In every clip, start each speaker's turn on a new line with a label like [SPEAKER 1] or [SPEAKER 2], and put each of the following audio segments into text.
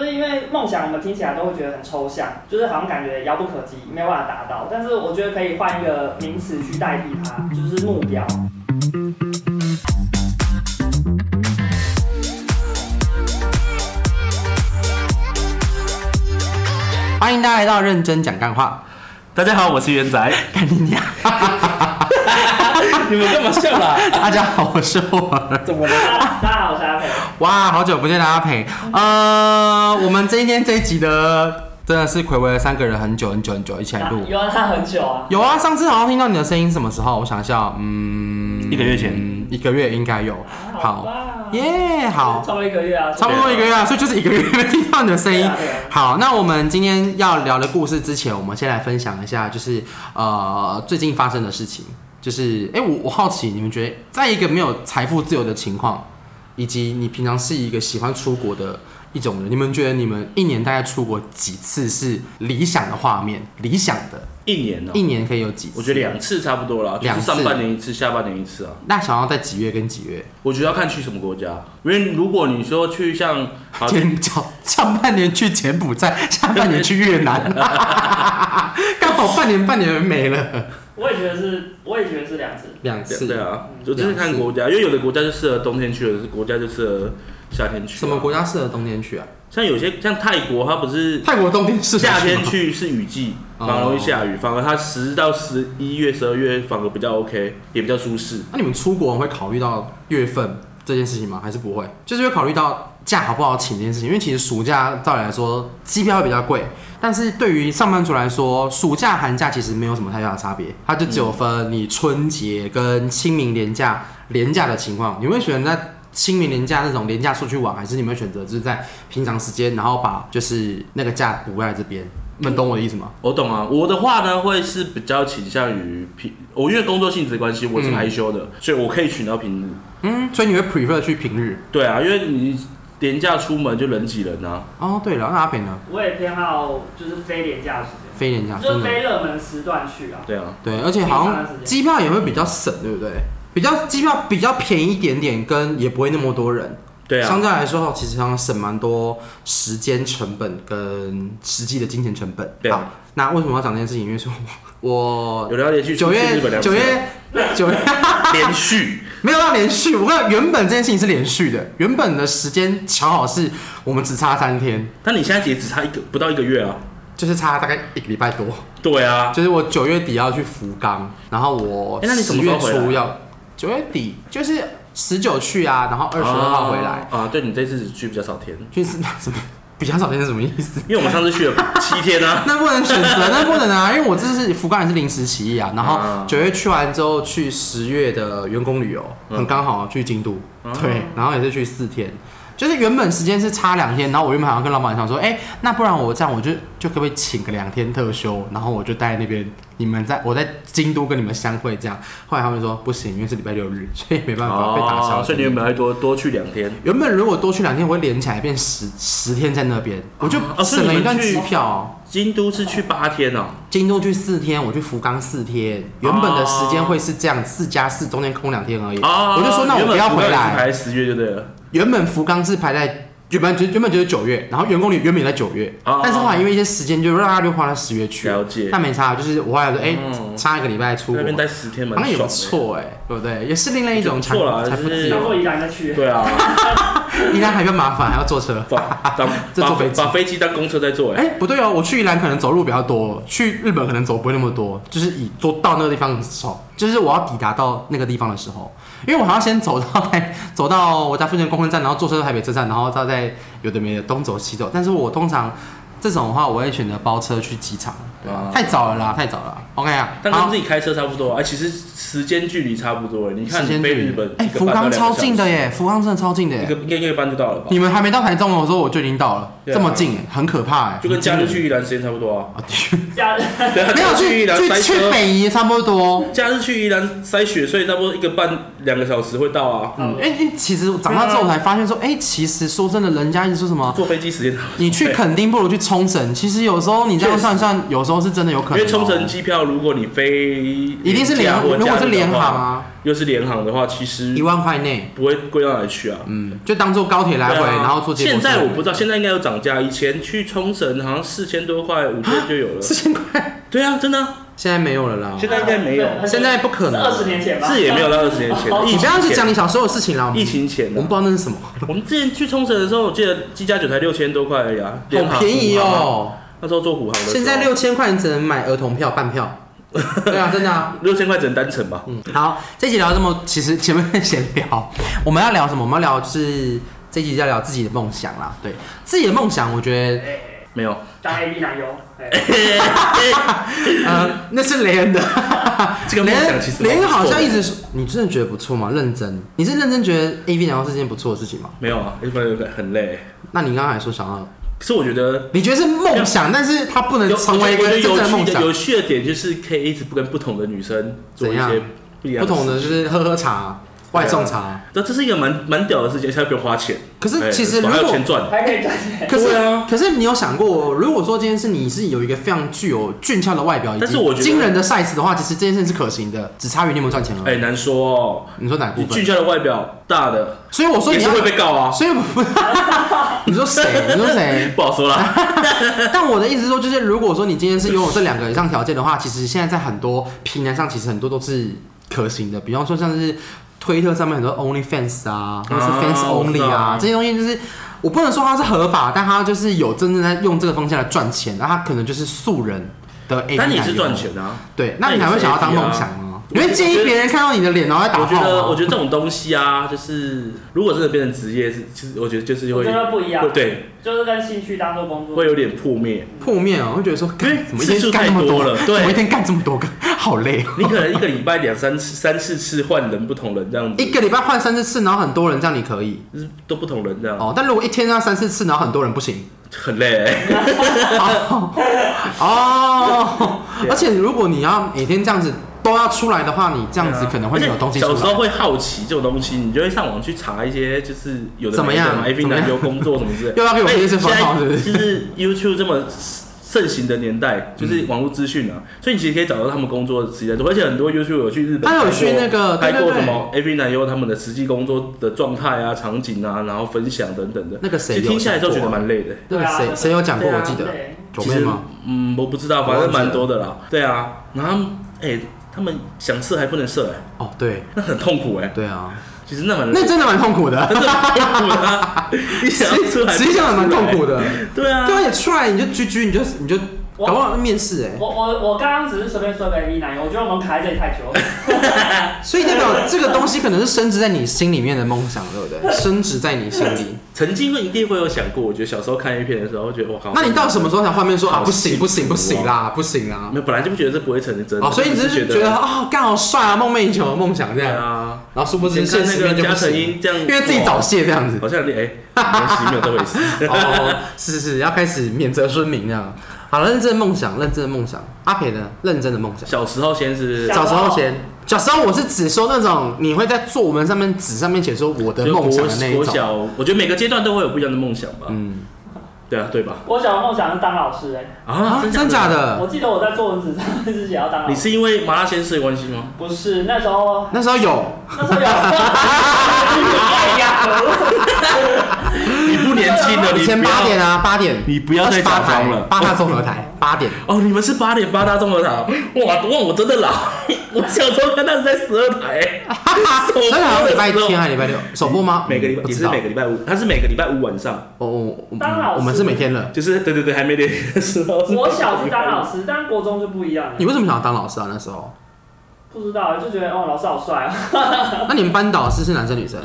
[SPEAKER 1] 因为梦想我们听起来都会觉得很抽象，就是好像感觉遥不可及，没有办法达到。但是我觉得可以换一个名词去代替它，就是目标。
[SPEAKER 2] 欢迎大家来到认真讲干话，
[SPEAKER 3] 大家好，我是元仔。
[SPEAKER 2] 干你娘！
[SPEAKER 3] 你们干嘛笑啦？
[SPEAKER 2] 大家好，我是霍尔。
[SPEAKER 3] 怎么了？
[SPEAKER 1] 大家好，我是阿培。
[SPEAKER 2] 哇，好久不见的阿培。呃，我们今天这一集的真的是暌违了三个人很久很久很久一起来录
[SPEAKER 1] 啊。有啊，他很久啊。
[SPEAKER 2] 有啊，上次好像听到你的声音什么时候？我想一下，嗯，
[SPEAKER 3] 一个月前
[SPEAKER 2] 嗯，一个月应该有。
[SPEAKER 1] 好
[SPEAKER 2] 好，
[SPEAKER 1] 吧，
[SPEAKER 2] 耶，好，
[SPEAKER 1] 超过一个月啊，
[SPEAKER 2] 差不多一个月啊，所以就是一个月没听到你的声
[SPEAKER 1] 对
[SPEAKER 2] 音
[SPEAKER 1] 啊对啊。
[SPEAKER 2] 好，那我们今天要聊的故事之前，我们先来分享一下，就是呃最近发生的事情。就是，哎、我我好奇，你们觉得，在一个没有财富自由的情况，以及你平常是一个喜欢出国的一种人，你们觉得你们一年大概出国几次是理想的画面？理想的，
[SPEAKER 3] 一年哦、
[SPEAKER 2] 一年可以有几次？
[SPEAKER 3] 我觉得两次差不多了，就
[SPEAKER 2] 两
[SPEAKER 3] 是
[SPEAKER 2] 次
[SPEAKER 3] 上半年一次，下半年一次啊。
[SPEAKER 2] 那想要在几月跟几月？
[SPEAKER 3] 我觉得要看去什么国家，因为如果你说去像好
[SPEAKER 2] 柬埔上半年去柬埔寨，下半年去越南， 刚好半年半年没了，
[SPEAKER 1] 我也觉得是，我也觉得是两次。
[SPEAKER 2] 两
[SPEAKER 3] 对
[SPEAKER 2] 次。
[SPEAKER 3] 对啊，就真是看国家，因为有的国家就适合冬天去，有的国家就适合夏天去、啊
[SPEAKER 2] 什么国？家适合冬天去啊？
[SPEAKER 3] 像有些像泰国，它不是
[SPEAKER 2] 泰国冬天适合
[SPEAKER 3] 啊夏天
[SPEAKER 2] 吗，
[SPEAKER 3] 去是雨季，
[SPEAKER 2] 哦
[SPEAKER 3] 反而容易下雨，反而它十到十一月、十二月反而比较 OK，也比较舒适。
[SPEAKER 2] 那你们出国会考虑到月份这件事情吗？还是不会？就是会考虑到假好不好请这件事情，因为其实暑假照理来说机票会比较贵，但是对于上班族来说，暑假寒假其实没有什么太大的差别，它就只有分你春节跟清明连假廉价的情况，你会选择在清明廉价那种廉价出去玩，还是你们会选择就是在平常时间，然后把就是那个假补回来这边？你们懂我的意思吗？
[SPEAKER 3] 我懂啊，我的话呢会是比较倾向于平，我因为工作性质的关系，我是排休的，所以我可以选到平日。
[SPEAKER 2] 嗯，所以你会 prefer 去平日？
[SPEAKER 3] 对啊，因为你廉价出门就人挤人啊，
[SPEAKER 2] 哦，对了，那阿培呢？
[SPEAKER 1] 我也偏好就是非廉价时间，
[SPEAKER 2] 非廉价，
[SPEAKER 1] 就
[SPEAKER 2] 啊真
[SPEAKER 1] 是
[SPEAKER 2] 的。
[SPEAKER 1] 非热门时段去啊。
[SPEAKER 3] 对啊，
[SPEAKER 2] 对，而且好像机票也会比较省，对不对？比较机票比较便宜一点点，跟也不会那么多人。
[SPEAKER 3] 对啊
[SPEAKER 2] 相，对来说，其实好像省蛮多时间成本跟实际的金钱成本。
[SPEAKER 3] 对啊
[SPEAKER 2] 好，那为什么要讲这件事情？因为说 我
[SPEAKER 3] 有了解去
[SPEAKER 2] 九
[SPEAKER 3] 去日本
[SPEAKER 2] 月
[SPEAKER 3] 两次
[SPEAKER 2] 九月九月
[SPEAKER 3] 连续，
[SPEAKER 2] 没有到连续，我看原本这件事情是连续的，原本的时间巧好是我们只差三天，
[SPEAKER 3] 但你现在也只差一个不到一个月啊。
[SPEAKER 2] 就是差大概一个礼拜多。
[SPEAKER 3] 对啊，
[SPEAKER 2] 就是我九月底要去福冈，然后我
[SPEAKER 3] 哎诶那你什
[SPEAKER 2] 十
[SPEAKER 3] 么时
[SPEAKER 2] 月
[SPEAKER 3] 候回来啊
[SPEAKER 2] 初要九月底，就是十九去啊，然后二十二号回来，
[SPEAKER 3] 啊啊。对你这次去比较少天，
[SPEAKER 2] 就是那 什么比较少天是什么意思？
[SPEAKER 3] 因为我们上 次去了七天啊。
[SPEAKER 2] 那不能选择，那不能啊，因为我这是福冈也是临时起意啊，然后
[SPEAKER 3] 啊
[SPEAKER 2] 九月去完之后去十月的员工旅游，很刚好去京都，
[SPEAKER 3] 嗯
[SPEAKER 2] 对，然后也是去四天。就是原本时间是差两天，然后我原本好像跟老板想说，哎、那不然我这样，我就就可不可以请个两天特休，然后我就待在那边，你们在我在京都跟你们相会这样。后来他们说不行，因为是礼拜六日，所以没办法被打消、
[SPEAKER 3] 哦所以你有没有多多去两天？
[SPEAKER 2] 原本如果多去两天，我会连起来变十十天在那边，我就
[SPEAKER 3] 哦所
[SPEAKER 2] 省
[SPEAKER 3] 以你
[SPEAKER 2] 了一
[SPEAKER 3] 们
[SPEAKER 2] 段
[SPEAKER 3] 去
[SPEAKER 2] 机票、哦。
[SPEAKER 3] 京都是去八天哦、
[SPEAKER 2] 京都去四天，我去福冈四天，原本的时间会是这样，四加四中间空两天而已。
[SPEAKER 3] 啊，
[SPEAKER 2] 我就说那我不要回
[SPEAKER 3] 原本福冈也是
[SPEAKER 2] 来。
[SPEAKER 3] 排十月就对了。
[SPEAKER 2] 原本福冈是排在原本就原本就是九月，然后员工旅原本也在九月，
[SPEAKER 3] 哦
[SPEAKER 2] 但是后来因为一些时间就让大家就花到十月去。
[SPEAKER 3] 了解
[SPEAKER 2] 但没差，就是我后来说，哎、
[SPEAKER 3] 嗯
[SPEAKER 2] 差一个礼拜出国
[SPEAKER 3] 在那，边待十天蛮
[SPEAKER 2] 好像也
[SPEAKER 3] 爽
[SPEAKER 2] 不
[SPEAKER 3] 的。
[SPEAKER 2] 错哎、对不对？也是另类一种
[SPEAKER 3] 也
[SPEAKER 2] 财
[SPEAKER 3] 不错啦
[SPEAKER 2] 财富
[SPEAKER 3] 就
[SPEAKER 2] 自
[SPEAKER 3] 是
[SPEAKER 1] 当
[SPEAKER 2] 由，
[SPEAKER 1] 做宜兰再去，
[SPEAKER 3] 对啊，
[SPEAKER 2] 依然还比较麻烦，还要坐车。
[SPEAKER 3] 把当
[SPEAKER 2] 这坐
[SPEAKER 3] 把
[SPEAKER 2] 飞机
[SPEAKER 3] 把飞机当公车在坐、哎、
[SPEAKER 2] 哎、不对哦，我去宜兰可能走路比较多，去日本可能走不会那么多，就是以坐到那个地方的时候，就是我要抵达到那个地方的时候，因为我还要先走到台， 走到我家附近的公车站，然后坐车到台北车站，然后再在有的没的东走西走。但是我通常这种的话，我会选择包车去机场，对啊
[SPEAKER 3] 啊，
[SPEAKER 2] 太早了啦，太早了啦，OK 啊，
[SPEAKER 3] 但跟
[SPEAKER 2] 好
[SPEAKER 3] 自，己开车差不多啊，哎，其实时间距离差不多哎。你看
[SPEAKER 2] 时
[SPEAKER 3] 你
[SPEAKER 2] 间
[SPEAKER 3] 飞
[SPEAKER 2] 对
[SPEAKER 3] 日本，
[SPEAKER 2] 哎、
[SPEAKER 3] 一个
[SPEAKER 2] 福
[SPEAKER 3] 半到
[SPEAKER 2] 冈
[SPEAKER 3] 两个
[SPEAKER 2] 超
[SPEAKER 3] 小时
[SPEAKER 2] 近的，嗯耶，福冈真的超近的
[SPEAKER 3] 一个
[SPEAKER 2] 耶，
[SPEAKER 3] 应该一个半就到了吧？
[SPEAKER 2] 你们还没到台中的时候我就已经到了，
[SPEAKER 3] 对啊
[SPEAKER 2] 这么近耶，很可怕哎，
[SPEAKER 3] 就跟假
[SPEAKER 2] 很
[SPEAKER 3] 日
[SPEAKER 2] 近
[SPEAKER 3] 去宜兰时间差不多啊。
[SPEAKER 2] 啊，的确
[SPEAKER 1] 假日
[SPEAKER 3] 对啊，
[SPEAKER 2] 嗯 没有
[SPEAKER 3] 假日去
[SPEAKER 2] 去
[SPEAKER 3] 宜兰塞
[SPEAKER 2] 去去
[SPEAKER 3] 车，
[SPEAKER 2] 北宜差不多。
[SPEAKER 3] 假日去宜兰塞雪，所以差不多一个半两个小时会到啊。
[SPEAKER 2] 嗯，哎、哎，其实长大之后我才发现说，哎、其实说真的，人家一直说什么，
[SPEAKER 3] 坐飞机时间差不多，
[SPEAKER 2] 你去垦丁不如去冲绳。其实有时候你这样算一算，有时候是真的有可能、哦
[SPEAKER 3] 因为冲绳机票，如果你飞
[SPEAKER 2] 一定是联，
[SPEAKER 3] 假或
[SPEAKER 2] 如
[SPEAKER 3] 假
[SPEAKER 2] 果
[SPEAKER 3] 日
[SPEAKER 2] 是
[SPEAKER 3] 的
[SPEAKER 2] 联航
[SPEAKER 3] 话，
[SPEAKER 2] 啊，
[SPEAKER 3] 又是联航的话，其实
[SPEAKER 2] 一万块内，
[SPEAKER 3] 不会贵到哪里去啊。
[SPEAKER 2] 嗯，就当做高铁来回，
[SPEAKER 3] 对啊
[SPEAKER 2] 然后坐接驳车。
[SPEAKER 3] 现在我不知道，现在应该有涨价。以前去冲绳好像四千多块，五千就有了。
[SPEAKER 2] 四千块，
[SPEAKER 3] 对啊，真的啊，
[SPEAKER 2] 现在没有了啦。
[SPEAKER 3] 现在应该没有
[SPEAKER 1] 对
[SPEAKER 2] 现在不可能
[SPEAKER 1] 是二十年前吧？
[SPEAKER 3] 这也没有到二十年前
[SPEAKER 1] 哦。
[SPEAKER 3] 疫
[SPEAKER 2] 你
[SPEAKER 3] 情
[SPEAKER 2] 不要去
[SPEAKER 3] 前
[SPEAKER 2] 讲你小时候的事情啦，我们
[SPEAKER 3] 疫情前
[SPEAKER 2] 我们
[SPEAKER 3] 啊
[SPEAKER 2] 不知道那是什么，
[SPEAKER 3] 我们之前去冲绳的时候，我记得机加酒才六千多块而已啊，联
[SPEAKER 2] 好
[SPEAKER 3] 航
[SPEAKER 2] 便宜。
[SPEAKER 3] 虎航啊
[SPEAKER 2] 哦。
[SPEAKER 3] 那时候做虎航的时候，
[SPEAKER 2] 现在六千块你只能买儿童票半 票，对啊，真的啊。
[SPEAKER 3] 六千块只能单程吧？
[SPEAKER 2] 嗯，好，这集聊这么，其实前面闲聊，我们要聊什么？我们要聊就是这集要聊自己的梦想啦。对，自己的梦想，我觉得，
[SPEAKER 1] 哎
[SPEAKER 3] 没有，
[SPEAKER 1] 当 A B 男优，哎
[SPEAKER 2] 呃，那是雷恩的。
[SPEAKER 3] 这个梦想其实
[SPEAKER 2] 雷恩雷恩
[SPEAKER 3] 蛮不错的
[SPEAKER 2] 好像一直说，你真的觉得不错吗？认真，你是认真觉得 A V 然后是件不错的事情吗？
[SPEAKER 3] 没有啊，一般人很累。
[SPEAKER 2] 那你刚刚还说想要，
[SPEAKER 3] 可是我觉得
[SPEAKER 2] 你觉得是梦想，但是它不能
[SPEAKER 3] 有
[SPEAKER 2] 成为一个
[SPEAKER 3] 我觉得
[SPEAKER 2] 真正的
[SPEAKER 3] 有
[SPEAKER 2] 梦
[SPEAKER 3] 趣的
[SPEAKER 2] 想。
[SPEAKER 3] 有趣的点就是可以一直不跟不同的女生做一
[SPEAKER 2] 怎
[SPEAKER 3] 些
[SPEAKER 2] 样
[SPEAKER 3] 不一样
[SPEAKER 2] 不同的就
[SPEAKER 3] 事情。
[SPEAKER 2] 是喝喝茶、外送茶。
[SPEAKER 3] 那这是一个蛮蛮屌的事情，而且还不用花钱。
[SPEAKER 2] 可是
[SPEAKER 3] 哎
[SPEAKER 2] 其实
[SPEAKER 3] 爽还
[SPEAKER 2] 如
[SPEAKER 3] 有
[SPEAKER 2] 果
[SPEAKER 3] 钱赚，
[SPEAKER 1] 还可以赚钱。
[SPEAKER 2] 可是、
[SPEAKER 3] 对啊
[SPEAKER 2] 可是你有想过，如果说这件事你是有一个非常具有俊俏的外表，以及
[SPEAKER 3] 但是我觉得
[SPEAKER 2] 惊人的 size 的话，其实这件事是可行的，只差于你有没有赚钱而已。
[SPEAKER 3] 哎，难说哦。
[SPEAKER 2] 你说哪部
[SPEAKER 3] 你俊
[SPEAKER 2] 分？
[SPEAKER 3] 俏的外表大的，
[SPEAKER 2] 所以我说
[SPEAKER 3] 也
[SPEAKER 2] 你
[SPEAKER 3] 是
[SPEAKER 2] 要，
[SPEAKER 3] 会被告啊。
[SPEAKER 2] 所以我不， 你说谁？你说谁？
[SPEAKER 3] 不好说啦。
[SPEAKER 2] 但我的意思是说，就是如果说你今天是拥有这两个以上条件的话，其实现在在很多平台上，其实很多都是可行的，比方说像是推特上面很多 OnlyFans 啊，或者是
[SPEAKER 3] 啊
[SPEAKER 2] Fans
[SPEAKER 3] 我知
[SPEAKER 2] Only
[SPEAKER 3] 道
[SPEAKER 2] 啊，这些东西就是。我不能说它是合法，但它就是有真正在用这个方向来赚钱，那它可能就是素人的 A。
[SPEAKER 3] 但你是赚，钱啊。
[SPEAKER 2] 对，那
[SPEAKER 3] 那
[SPEAKER 2] 你
[SPEAKER 3] 也
[SPEAKER 2] 还会
[SPEAKER 3] 是
[SPEAKER 2] 想要当
[SPEAKER 3] AV 啊
[SPEAKER 2] 梦想吗？你
[SPEAKER 3] 我觉得
[SPEAKER 2] 会介意别人看到你的脸然后再打啊
[SPEAKER 3] 我觉
[SPEAKER 2] 炮
[SPEAKER 3] 得，我
[SPEAKER 2] 吗？
[SPEAKER 3] 觉得这种东西啊，就是如果真的变成职业，是其实我觉得就是
[SPEAKER 1] 我
[SPEAKER 3] 会
[SPEAKER 1] 觉得不一样
[SPEAKER 3] 会，对
[SPEAKER 1] 就是跟兴趣当做工作。
[SPEAKER 3] 会有点破灭。
[SPEAKER 2] 破面啊，我会觉得说，
[SPEAKER 3] 因为
[SPEAKER 2] 干怎么一
[SPEAKER 3] 次数
[SPEAKER 2] 天干
[SPEAKER 3] 太
[SPEAKER 2] 那么
[SPEAKER 3] 多
[SPEAKER 2] 多
[SPEAKER 3] 了对
[SPEAKER 2] 怎么一天干这么多个，好累哦。
[SPEAKER 3] 你可能一个礼拜两三次、三四次换人，不同人这样子
[SPEAKER 2] 一，个礼拜换三四次，然后很多人，这样你可以。
[SPEAKER 3] 就是都不同人这样，
[SPEAKER 2] 哦，但如果一天要三四次，然后很多人不行。
[SPEAKER 3] 很累欸。
[SPEAKER 2] 哦， 而且如果你要每天这样子都要出来的话，你这样子可能会有东西出
[SPEAKER 3] 啊而且小时
[SPEAKER 2] 来。
[SPEAKER 3] 候会好奇这种东西，你就会上网去查一些，就是有的
[SPEAKER 2] 怎么样
[SPEAKER 3] ？A V
[SPEAKER 2] 怎么样
[SPEAKER 3] 男优工作什么之类的。
[SPEAKER 2] 又要给我推荐方法
[SPEAKER 3] 哎
[SPEAKER 2] 是不嗯是
[SPEAKER 3] 现在就是 YouTube 这么盛行的年代，就是网络资讯啊，所以你其实可以找到他们工作的时间。而且很多 YouTube 有去日本拍
[SPEAKER 2] 他
[SPEAKER 3] 过，
[SPEAKER 2] 有去那个
[SPEAKER 3] 拍
[SPEAKER 2] 对
[SPEAKER 3] 过
[SPEAKER 2] 对对
[SPEAKER 3] 什么 AV 男优他们的实际工作的状态啊、场景啊，然后分享等等的。
[SPEAKER 2] 那个谁
[SPEAKER 3] 其实听下来之后觉得
[SPEAKER 2] 有讲过啊
[SPEAKER 3] 蛮累的。
[SPEAKER 2] 那个
[SPEAKER 1] 对
[SPEAKER 2] 谁
[SPEAKER 1] 啊
[SPEAKER 2] 谁有讲过？
[SPEAKER 3] 对啊
[SPEAKER 2] 我记得
[SPEAKER 1] 对
[SPEAKER 2] 九
[SPEAKER 3] 其
[SPEAKER 2] 妹
[SPEAKER 3] 实
[SPEAKER 2] 吗？？
[SPEAKER 3] 嗯，我不知道，反正蛮多的啦。对啊，然后哎、他们想射还不能射、哎，
[SPEAKER 2] 哦，对
[SPEAKER 3] 那很痛苦哎、
[SPEAKER 2] 对啊，
[SPEAKER 3] 其实那很
[SPEAKER 2] 那真的蛮痛苦 的，
[SPEAKER 3] 真的很痛苦 啊，你想要出来，
[SPEAKER 2] 实际上蛮痛苦
[SPEAKER 3] 的。
[SPEAKER 2] 的。
[SPEAKER 3] 对啊，
[SPEAKER 2] 对啊，你出来你就居居，你就你就
[SPEAKER 1] 我
[SPEAKER 2] 搞不好面试哎，
[SPEAKER 1] 我我我刚刚只是随便说个 A B 男优，我觉得我们卡在这里太久了。
[SPEAKER 2] 所以代表这个东西可能是升值在你心里面的梦想，对不对？升值在你心 里。
[SPEAKER 3] 曾经会一定会有想过，我觉得小时候看 A 片的时候，觉得我靠，
[SPEAKER 2] 那你到什么时候才幻面说啊
[SPEAKER 3] 好
[SPEAKER 2] 不行不
[SPEAKER 3] 幸
[SPEAKER 2] 行不
[SPEAKER 3] 福哦
[SPEAKER 2] 行啦，不行啦？
[SPEAKER 3] 没有，本来就不觉得这不会成真的，
[SPEAKER 2] 哦，所以你只是觉得啊，干、好帅啊，梦寐以求的梦想这
[SPEAKER 3] 对
[SPEAKER 2] 样，
[SPEAKER 3] 啊，
[SPEAKER 2] 然后殊不
[SPEAKER 3] 以
[SPEAKER 2] 知现
[SPEAKER 3] 前看
[SPEAKER 2] 实
[SPEAKER 3] 那
[SPEAKER 2] 面
[SPEAKER 3] 个
[SPEAKER 2] 就
[SPEAKER 3] 加
[SPEAKER 2] 不
[SPEAKER 3] 成
[SPEAKER 2] 行，
[SPEAKER 3] 英这样，
[SPEAKER 2] 因为自己早泄这样子。
[SPEAKER 3] 好像你哎，没没有这回 事。
[SPEAKER 2] 哦，是是是，要开始免责声明这样。好了，认真的梦想，认真的梦想。阿培呢？认真的梦想。
[SPEAKER 3] 小时候先是
[SPEAKER 1] 小
[SPEAKER 2] 小时候先，小时候我是只说那种你会在作文上面纸上面写说我的
[SPEAKER 3] 就
[SPEAKER 2] 梦想的那一
[SPEAKER 3] 国国
[SPEAKER 2] 种。
[SPEAKER 3] 小，我觉得每个阶段都会有不一样的梦想吧。
[SPEAKER 2] 嗯
[SPEAKER 3] 对啊，对吧？
[SPEAKER 1] 我小时候梦想是当老师、哎，
[SPEAKER 2] 啊，真假？的？
[SPEAKER 1] 我记得我在作文纸上面是写要
[SPEAKER 2] 啊
[SPEAKER 1] 当老
[SPEAKER 3] 嗯你
[SPEAKER 1] 师，
[SPEAKER 3] 是因为麻辣鲜师的关系 吗？
[SPEAKER 1] 不是那时 候
[SPEAKER 2] 那时候有，
[SPEAKER 1] 那时候有，哎呀，
[SPEAKER 3] 你不年轻了，
[SPEAKER 2] 以
[SPEAKER 3] 你
[SPEAKER 2] 前
[SPEAKER 3] 不
[SPEAKER 2] 八
[SPEAKER 3] 要
[SPEAKER 2] 点啊，八点，
[SPEAKER 3] 你不要再假
[SPEAKER 2] 八台
[SPEAKER 3] 装了，
[SPEAKER 2] 八大综合台，八 点。
[SPEAKER 3] 哦，你们是八点八大综合塔，哇，哇，我真的老， 我小时候看到是在十二台，首
[SPEAKER 2] 所以好像
[SPEAKER 3] 播
[SPEAKER 2] 礼拜
[SPEAKER 3] 的时候
[SPEAKER 2] 天还是礼拜六首播吗？嗯
[SPEAKER 3] 每个礼拜
[SPEAKER 2] 不
[SPEAKER 3] 也
[SPEAKER 2] 知
[SPEAKER 3] 是
[SPEAKER 2] 道。
[SPEAKER 3] 每个礼拜五，它是每个礼拜五晚上，
[SPEAKER 2] 哦，我我
[SPEAKER 1] 当老师
[SPEAKER 2] 我们是每天的。
[SPEAKER 3] 就是对对对，还没点的时候。
[SPEAKER 1] 我小是当老师，但国中就不一样了
[SPEAKER 2] 你。为什么想要当老师啊？那时候，
[SPEAKER 1] 不知道，就觉得哦，老师好帅
[SPEAKER 3] 嗯
[SPEAKER 1] 啊，
[SPEAKER 2] 那你们班导师是男生女生？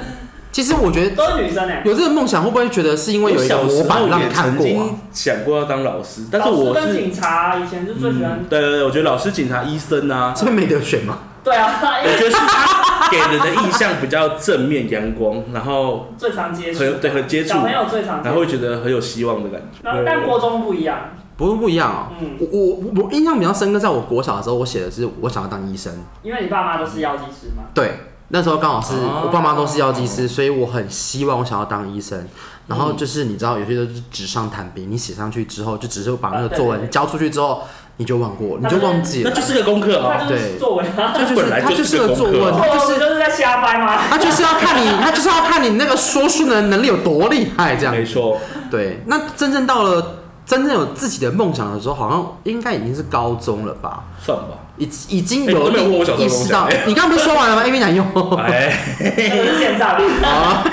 [SPEAKER 2] 其实我觉得
[SPEAKER 1] 都是女生哎、
[SPEAKER 2] 有这个梦想，会不会觉得是因为有一个模板让你看过
[SPEAKER 3] 我小时候
[SPEAKER 2] 啊？
[SPEAKER 3] 也曾经想过要当老师，但是嗯
[SPEAKER 1] 老师
[SPEAKER 3] 我
[SPEAKER 1] 跟
[SPEAKER 3] 是。
[SPEAKER 1] 警察以前就最喜欢，
[SPEAKER 3] 对对对，我觉得老师、警察、医生啊，
[SPEAKER 2] 这边没得选 吗？
[SPEAKER 1] 对啊，因
[SPEAKER 3] 我
[SPEAKER 1] 为
[SPEAKER 3] 觉得是他给人的印象比较正面、阳光，然后
[SPEAKER 1] 最常接触，
[SPEAKER 3] 很对很接触
[SPEAKER 1] 小，朋友最常接
[SPEAKER 3] 然后
[SPEAKER 1] 触
[SPEAKER 3] 会，觉得很有希望的感觉。
[SPEAKER 1] 然后但国中不一样，
[SPEAKER 2] 不是不一样哦。
[SPEAKER 1] 嗯，
[SPEAKER 2] 我我我印象比较深刻，在我国小的时候，我写的是我想要当医生。
[SPEAKER 1] 因为你爸妈都是药剂师嘛，
[SPEAKER 2] 对，那时候刚好是
[SPEAKER 3] 哦
[SPEAKER 2] 我爸妈都是药剂师，所以我很希望我想要当医生。然
[SPEAKER 3] 嗯
[SPEAKER 2] 后就是你知道，有些都是纸上谈兵，你写上去之后，就只是把那个
[SPEAKER 1] 啊对
[SPEAKER 2] 作
[SPEAKER 1] 对
[SPEAKER 2] 文
[SPEAKER 1] 对
[SPEAKER 2] 交出去之后，你就忘过，你
[SPEAKER 1] 那
[SPEAKER 2] 就
[SPEAKER 1] 就是
[SPEAKER 2] 忘记
[SPEAKER 3] 那
[SPEAKER 2] 了。
[SPEAKER 3] 就是个功课啊。
[SPEAKER 1] 他就是
[SPEAKER 2] 对哦
[SPEAKER 1] 作文啊，
[SPEAKER 2] 他就是
[SPEAKER 3] 本来
[SPEAKER 2] 他
[SPEAKER 3] 就是是个
[SPEAKER 2] 个作
[SPEAKER 3] 功
[SPEAKER 2] 文，
[SPEAKER 3] 课
[SPEAKER 2] 他就
[SPEAKER 1] 作文
[SPEAKER 2] 是
[SPEAKER 1] 就是在瞎掰嘛。
[SPEAKER 2] 他就是要看你，他就是要看你那个说书的能力有多厉害，这样
[SPEAKER 3] 没错，
[SPEAKER 2] 对，那真正到了真正有自己的梦想的时候，好像应该已经是高中了吧？
[SPEAKER 3] 算吧。
[SPEAKER 2] 已已经
[SPEAKER 3] 哎我
[SPEAKER 2] 有
[SPEAKER 3] 都没有问我小时候
[SPEAKER 2] 意
[SPEAKER 3] 的梦
[SPEAKER 2] 识
[SPEAKER 3] 想
[SPEAKER 2] 到
[SPEAKER 3] 哎，
[SPEAKER 2] 你刚刚不是说完了吗？A V 男优
[SPEAKER 3] 哎，
[SPEAKER 1] 那个是现在吧
[SPEAKER 2] 啊，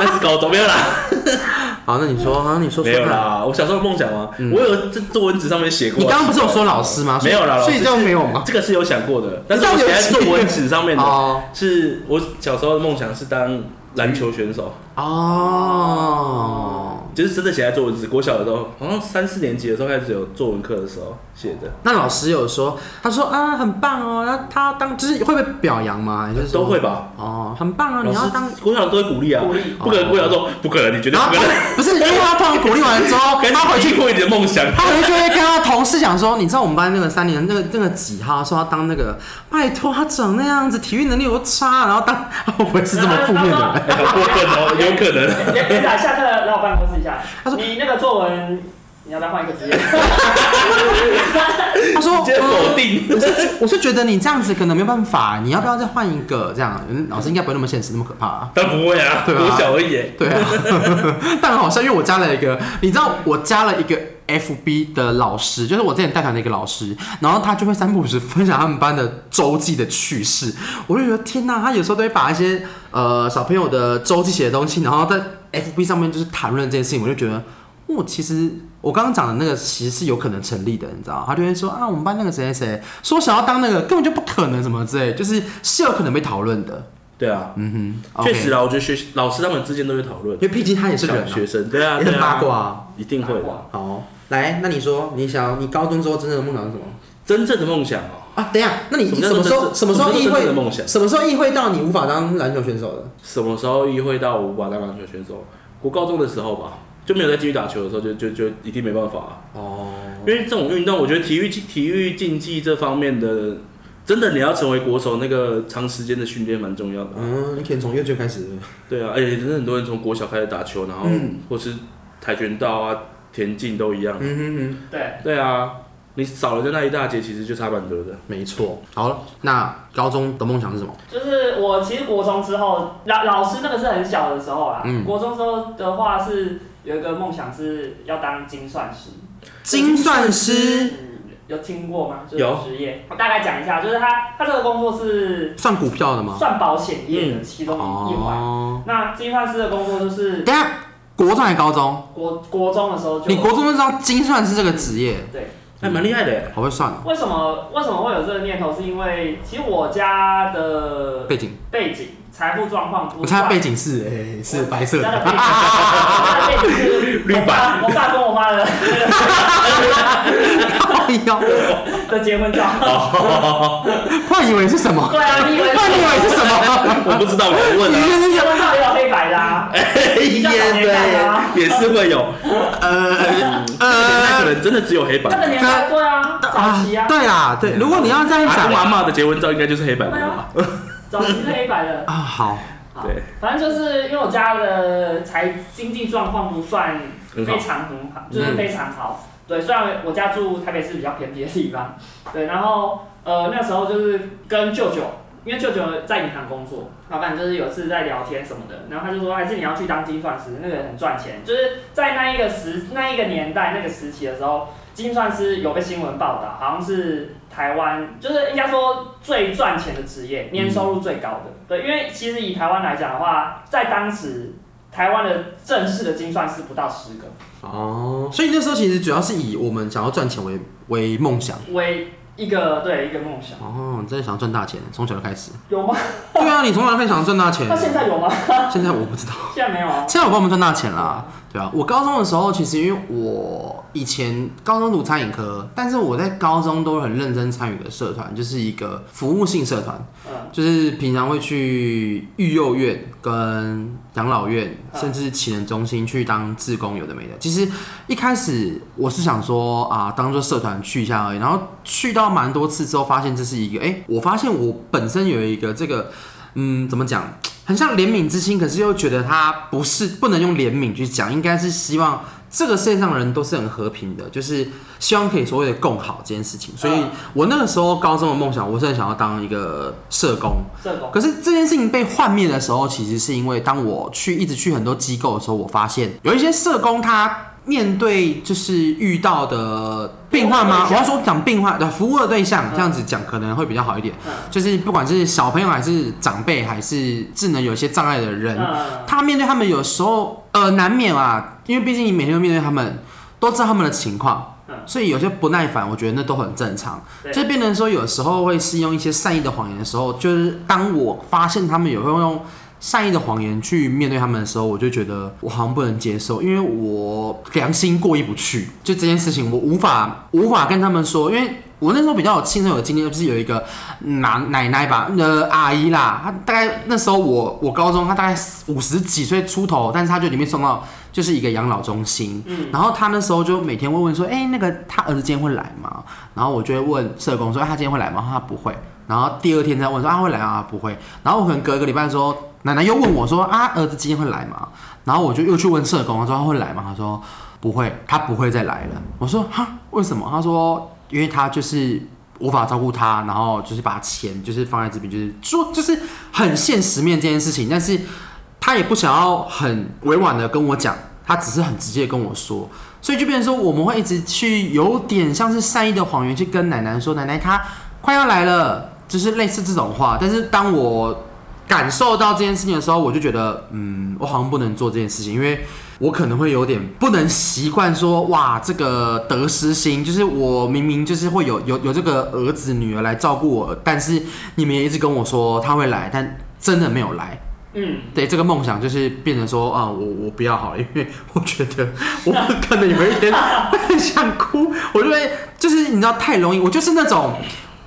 [SPEAKER 3] 那是高中没有啦，
[SPEAKER 2] 好，那你说，好，你说
[SPEAKER 3] 没
[SPEAKER 2] 说
[SPEAKER 3] 有
[SPEAKER 2] 看。
[SPEAKER 3] 啦。我小时候的梦想啊，
[SPEAKER 2] 嗯
[SPEAKER 3] 我有在作文纸上面写过啊。
[SPEAKER 2] 你刚刚不是有说老师吗？所以
[SPEAKER 3] 没有啦老师
[SPEAKER 2] 所以就没有吗？
[SPEAKER 3] 这个是有想过的，但是我
[SPEAKER 2] 你到
[SPEAKER 3] 写
[SPEAKER 2] 啊底有
[SPEAKER 3] 在
[SPEAKER 2] 几
[SPEAKER 3] 作文纸上面的，
[SPEAKER 2] 哦
[SPEAKER 3] 是我小时候的梦想是当篮球选手，
[SPEAKER 2] 哦，
[SPEAKER 3] 就是真的写在作文纸。国小的时候，好像三四年级的时候开始有作文课的时候写的，
[SPEAKER 2] 那老师有说，他说啊，很棒哦，那他当就是会被表扬吗？还是说
[SPEAKER 3] 都会吧？
[SPEAKER 2] 哦，很棒啊，
[SPEAKER 3] 老
[SPEAKER 2] 你要
[SPEAKER 3] 师
[SPEAKER 2] 当。
[SPEAKER 3] 国小都会鼓励啊
[SPEAKER 1] 鼓励，
[SPEAKER 3] 不可能国小说不可能，你绝对
[SPEAKER 2] 然后
[SPEAKER 3] 不可
[SPEAKER 2] 他
[SPEAKER 3] 能。
[SPEAKER 2] 们不是，因为他通常鼓励完之后，
[SPEAKER 3] 赶紧
[SPEAKER 2] 他回去
[SPEAKER 3] 去过你的梦 想，哎
[SPEAKER 2] 他回去就会跟他同事讲说，你知道我们班那个三年那个那个几号说他当那个，拜托他长那样子，体育能力有多差，然后当 我不会是这么负面的 人，
[SPEAKER 3] 哎好过分哦，有可能。
[SPEAKER 1] 连连长下课来我办公室一下。
[SPEAKER 2] 他说
[SPEAKER 1] 你那个作文，你要不要换一个职业？
[SPEAKER 2] 他说
[SPEAKER 3] 直接否
[SPEAKER 2] 嗯
[SPEAKER 3] 定，
[SPEAKER 2] 我是我是觉得你这样子可能没有办法，你要不要再换一个这样？嗯老师应该不会那么现实那么可怕、啊。
[SPEAKER 3] 但不会啊，
[SPEAKER 2] 对啊
[SPEAKER 3] 国小而已。
[SPEAKER 2] 对啊， 但很好笑，因为我加了一个，你知道我加了一个 FB 的老师，就是我之前带团的一个老师，然后他就会三不五时分享他们班的周记的趣事，我就觉得天哪，他有时候都会把一些呃小朋友的周记写的东西，然后在 FB 上面就是谈论这件事情，我就觉得。我、其实我刚刚讲的那个其实是有可能成立的，你知道吗？他就会说啊，我们班那个谁谁谁说想要当那个根本就不可能什么之类，就是是有可能被讨论的。
[SPEAKER 3] 对啊，
[SPEAKER 2] 嗯哼，
[SPEAKER 3] 确实
[SPEAKER 2] OK
[SPEAKER 3] 啦，我觉得学老师他们之间都会讨论
[SPEAKER 2] 因，为毕竟他也是人、啊，
[SPEAKER 3] 学生，对啊，
[SPEAKER 2] 也
[SPEAKER 3] 对
[SPEAKER 2] 很八
[SPEAKER 3] 啊，
[SPEAKER 2] 卦、啊。
[SPEAKER 3] 一定会的。
[SPEAKER 1] 哇
[SPEAKER 2] 好，来，那你说，你想你高中之后真正的梦想是什么
[SPEAKER 3] 真正的梦想哦，
[SPEAKER 2] 啊？等一下，那你
[SPEAKER 3] 什么
[SPEAKER 2] 你
[SPEAKER 3] 叫
[SPEAKER 2] 什么时候
[SPEAKER 3] 真
[SPEAKER 2] 什么时候
[SPEAKER 3] 什么
[SPEAKER 2] 意
[SPEAKER 3] 叫真正的
[SPEAKER 2] 会
[SPEAKER 3] 梦想
[SPEAKER 2] 什么时候意会到你无法当篮球选手的？
[SPEAKER 3] 什么时候意会到我无法当篮球选手？我高中的时候吧，就没有再继续打球的时候，就就就一定没办法啊。
[SPEAKER 2] 哦，
[SPEAKER 3] 因为这种运动，我觉得体育体育竞技这方面的，真的你要成为国手，那个长时间的训练蛮重要的。
[SPEAKER 2] 嗯，你可以从幼稚园开始。
[SPEAKER 3] 对啊，而且真的很多人从国小开始打球，然后、
[SPEAKER 2] 嗯
[SPEAKER 3] 或是跆拳道啊、田径都一样。
[SPEAKER 2] 嗯哼哼。
[SPEAKER 1] 对，
[SPEAKER 3] 对啊，你少了那一大截，其实就差蛮多的。
[SPEAKER 2] 没错，好了，那高中的梦想是什么？
[SPEAKER 1] 就是我其实国中之后，老老师那个是很小的时候啦。
[SPEAKER 2] 嗯
[SPEAKER 1] 国中之后的话是有一个梦想是要当精算师。
[SPEAKER 2] 精算师
[SPEAKER 1] 嗯，有听过吗？就是
[SPEAKER 3] 有
[SPEAKER 1] 职业，我大概讲一下，就是他他这个工作是
[SPEAKER 2] 算股票的吗？
[SPEAKER 1] 算保险业的其中一环。
[SPEAKER 2] 嗯哦，
[SPEAKER 1] 那精算师的工作就是
[SPEAKER 2] 等一下，国中还是高中？
[SPEAKER 1] 国国中的时候就
[SPEAKER 2] 你国中就知道精算师这个职业，
[SPEAKER 1] 对。
[SPEAKER 3] 还蛮厉害的耶，
[SPEAKER 2] 好会算哦，
[SPEAKER 1] 为什么为什么会有这个念头？是因为其实我家的
[SPEAKER 2] 背景，
[SPEAKER 1] 背景、财富状况不
[SPEAKER 2] 我猜
[SPEAKER 1] 算
[SPEAKER 2] 他背景是哎是白色
[SPEAKER 1] 我家
[SPEAKER 2] 的，
[SPEAKER 1] 的背景，我家的背景是
[SPEAKER 3] 绿板
[SPEAKER 1] 我爸我爸跟我妈 的
[SPEAKER 2] 哎呦，
[SPEAKER 1] 的结婚照。
[SPEAKER 2] 哦不然以为是什么？
[SPEAKER 1] 对啊，你以为
[SPEAKER 2] 不然以为是什么？
[SPEAKER 3] 我不知道，我没问 啊。
[SPEAKER 1] 结婚照也有黑白的啊？
[SPEAKER 2] 哎
[SPEAKER 3] 也对，也是会有，
[SPEAKER 2] 呃
[SPEAKER 3] 那可
[SPEAKER 2] 呃，
[SPEAKER 3] 能真的只有黑
[SPEAKER 1] 那个
[SPEAKER 3] 板。
[SPEAKER 1] 年代对啊，早期啊，
[SPEAKER 2] 对啦，对，如果你要这样
[SPEAKER 3] 啊阿
[SPEAKER 2] 讲
[SPEAKER 3] 公阿妈的结婚照应该就是黑板的吧？
[SPEAKER 1] 早期是黑白的。
[SPEAKER 2] 啊，好，
[SPEAKER 1] 好
[SPEAKER 3] 对，
[SPEAKER 1] 反正就是因为我家的财经济状况不算
[SPEAKER 3] 很
[SPEAKER 1] 非
[SPEAKER 3] 好，
[SPEAKER 1] 常很好，就是非常好。对，虽然我家住台北市比较偏僻的地方，对，然后呃那时候就是跟舅舅，因为舅舅在银行工作，老板就是有次在聊天什么的，然后他就说还是你要去当精算师，那个很赚钱，就是在那一个时那一个年代那个时期的时候，精算师有被新闻报道，好像是台湾就是应该说最赚钱的职业，年收入最高的。对，因为其实以台湾来讲的话，在当时台湾的正式的精算师不到十个。
[SPEAKER 2] 哦，所以那时候其实主要是以我们想要赚钱为为梦想。
[SPEAKER 1] 为一个对一个梦想，
[SPEAKER 2] 哦，你真的想赚大钱，从小就开始。
[SPEAKER 1] 有吗？
[SPEAKER 2] 对啊，你从小就开始想赚大钱
[SPEAKER 1] 那。现在有吗？
[SPEAKER 2] 现在我不知道，
[SPEAKER 1] 现在没有啊。
[SPEAKER 2] 现在我帮我们赚大钱啦。对啊，我高中的时候，其实因为我以前高中读餐饮科，但是我在高中都很认真参与的社团，就是一个服务性社团。
[SPEAKER 1] 嗯，
[SPEAKER 2] 就是平常会去育幼院、跟养老院，
[SPEAKER 1] 嗯
[SPEAKER 2] 甚至启能中心去当志工，有的没的。其实一开始我是想说啊，当做社团去一下而已。然后去到蛮多次之后，发现这是一个，哎、我发现我本身有一个这个嗯，怎么讲，很像怜悯之心，可是又觉得他不是不能用怜悯去讲，应该是希望这个世界上的人都是很和平的，就是希望可以所谓的共好这件事情。所以
[SPEAKER 1] 嗯
[SPEAKER 2] 我那个时候高中的梦想，我是很想要当一个社工，
[SPEAKER 1] 社工，
[SPEAKER 2] 可是这件事情被幻灭的时候，其实是因为当我去一直去很多机构的时候，我发现有一些社工他面对就是遇到的病患吗？我要说讲病患的服务的对象，这样子讲可能会比较好一点。
[SPEAKER 1] 嗯
[SPEAKER 2] 就是不管是小朋友还是长辈，还是智能有一些障碍的人，
[SPEAKER 1] 嗯，
[SPEAKER 2] 他面对他们有时候呃难免啊，因为毕竟你每天都面对他们，都知道他们的情况
[SPEAKER 1] 嗯，
[SPEAKER 2] 所以有些不耐烦，我觉得那都很正常。
[SPEAKER 1] 对
[SPEAKER 2] 就变成说，有时候会是用一些善意的谎言的时候，就是当我发现他们也会用善意的谎言去面对他们的时候，我就觉得我好像不能接受，因为我良心过意不去，就这件事情我无法无法跟他们说，因为。我那时候比较有亲身有经历，就是有一个奶奶奶吧，呃阿姨啦，她大概那时候我我高中，她大概五十几岁出头，但是她就里面送到就是一个养老中心，
[SPEAKER 1] 嗯，
[SPEAKER 2] 然后他那时候就每天会问说，哎、那个他儿子今天会来吗？然后我就会问社工说，哎他今天会来吗？他不会。然后第二天再问说，啊会来啊不会。然后我可能隔一个礼拜说，奶奶又问我说，啊儿子今天会来吗？然后我就又去问社工，他说他会来吗？他说不会，他不会再来了。我说哈为什么？他说因为他就是无法照顾他，然后就是把钱就是放在这边，就是说就是很现实面这件事情，但是他也不想要很委婉的跟我讲，他只是很直接地跟我说，所以就变成说我们会一直去有点像是善意的谎言去跟奶奶说，奶奶她快要来了，就是类似这种话。但是当我感受到这件事情的时候，我就觉得，嗯，我好像不能做这件事情，因为我可能会有点不能习惯说，哇，这个得失心，就是我明明就是会有有有这个儿子女儿来照顾我，但是你们也一直跟我说他会来，但真的没有来。
[SPEAKER 1] 嗯，
[SPEAKER 2] 对这个梦想，就是变成说啊、我我不要好了，因为我觉得我可能有一天会很想哭，我就会就是你知道太容易，我就是那种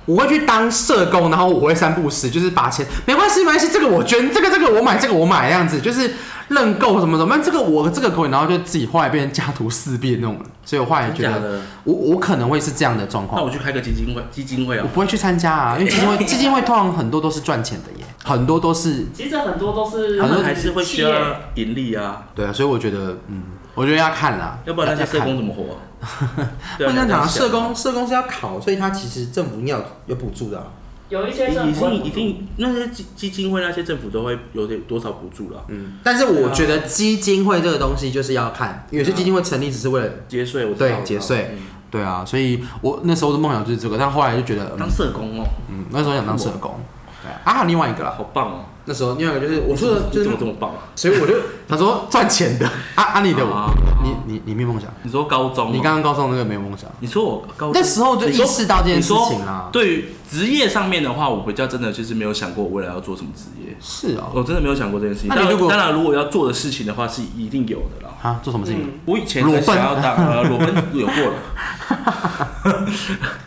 [SPEAKER 2] 我会去当社工，然后我会三不死，就是把钱没关系没关系，这个我捐，这个这个我买，这个我买，这样子就是认购什么什么，这个我这个可以，然后就自己后来变成家徒四壁那种人，所以我后来觉
[SPEAKER 3] 真假
[SPEAKER 2] 得
[SPEAKER 3] 的？
[SPEAKER 2] 我我可能会是这样的状
[SPEAKER 3] 那
[SPEAKER 2] 况。
[SPEAKER 3] 我去开个基金会，基金会
[SPEAKER 2] 我
[SPEAKER 3] 啊，
[SPEAKER 2] 不会去参加啊，因为基金会 基金会通常很多都是赚钱的耶，很多都是
[SPEAKER 1] 其实很多都是
[SPEAKER 3] 他们还是会需
[SPEAKER 1] 企业
[SPEAKER 3] 要盈利啊，
[SPEAKER 2] 对啊，所以我觉得，嗯，我觉得要看啦，
[SPEAKER 3] 要不然那些社工
[SPEAKER 2] 要
[SPEAKER 3] 怎么活？
[SPEAKER 2] 看
[SPEAKER 3] 对
[SPEAKER 2] 不能
[SPEAKER 3] 啊这样
[SPEAKER 2] 讲
[SPEAKER 3] 想
[SPEAKER 2] 社工，社工是要考，所以他其实政府要有补助的啊、
[SPEAKER 1] 有一些是
[SPEAKER 3] 一定一定那些基基金会那些政府都会有点多少补助了，
[SPEAKER 2] 嗯，啊但是我觉得基金会这个东西就是要看，有些基金会成立只是为了，
[SPEAKER 3] 节税我知道
[SPEAKER 2] 对节税，
[SPEAKER 3] 嗯
[SPEAKER 2] 对啊，所以我那时候的梦想就是这个，但后来就觉得，
[SPEAKER 3] 当
[SPEAKER 2] 嗯，
[SPEAKER 3] 社工哦，
[SPEAKER 2] 嗯那时候想当社工，对啊，啊还有另外一个啦，
[SPEAKER 3] 好棒哦！
[SPEAKER 2] 那时候另外一个就是我说的就
[SPEAKER 3] 你怎
[SPEAKER 2] 是
[SPEAKER 3] 么，这么棒啊？
[SPEAKER 2] 所 以我就想说赚钱的，啊啊你的我
[SPEAKER 3] 啊，
[SPEAKER 2] 你你你没有梦想，
[SPEAKER 3] 你说高中哦，
[SPEAKER 2] 你刚刚告诉我那个没有梦想，
[SPEAKER 3] 你说我高中
[SPEAKER 2] 那时候就
[SPEAKER 3] 哦你说
[SPEAKER 2] 意识到这件事情啊啦
[SPEAKER 3] 你说对于职业上面的话，我比较真的就是没有想过我未来要做什么职业，
[SPEAKER 2] 是哦，
[SPEAKER 3] 我真的没有想过这件事情。
[SPEAKER 2] 那
[SPEAKER 3] 当
[SPEAKER 2] 你
[SPEAKER 3] 然
[SPEAKER 2] 如果
[SPEAKER 3] 当然，如果要做的事情的话，是一定有的啦。
[SPEAKER 2] 啊做什么事情？
[SPEAKER 1] 嗯，
[SPEAKER 3] 我以前很想要 当呃裸奔，有过了，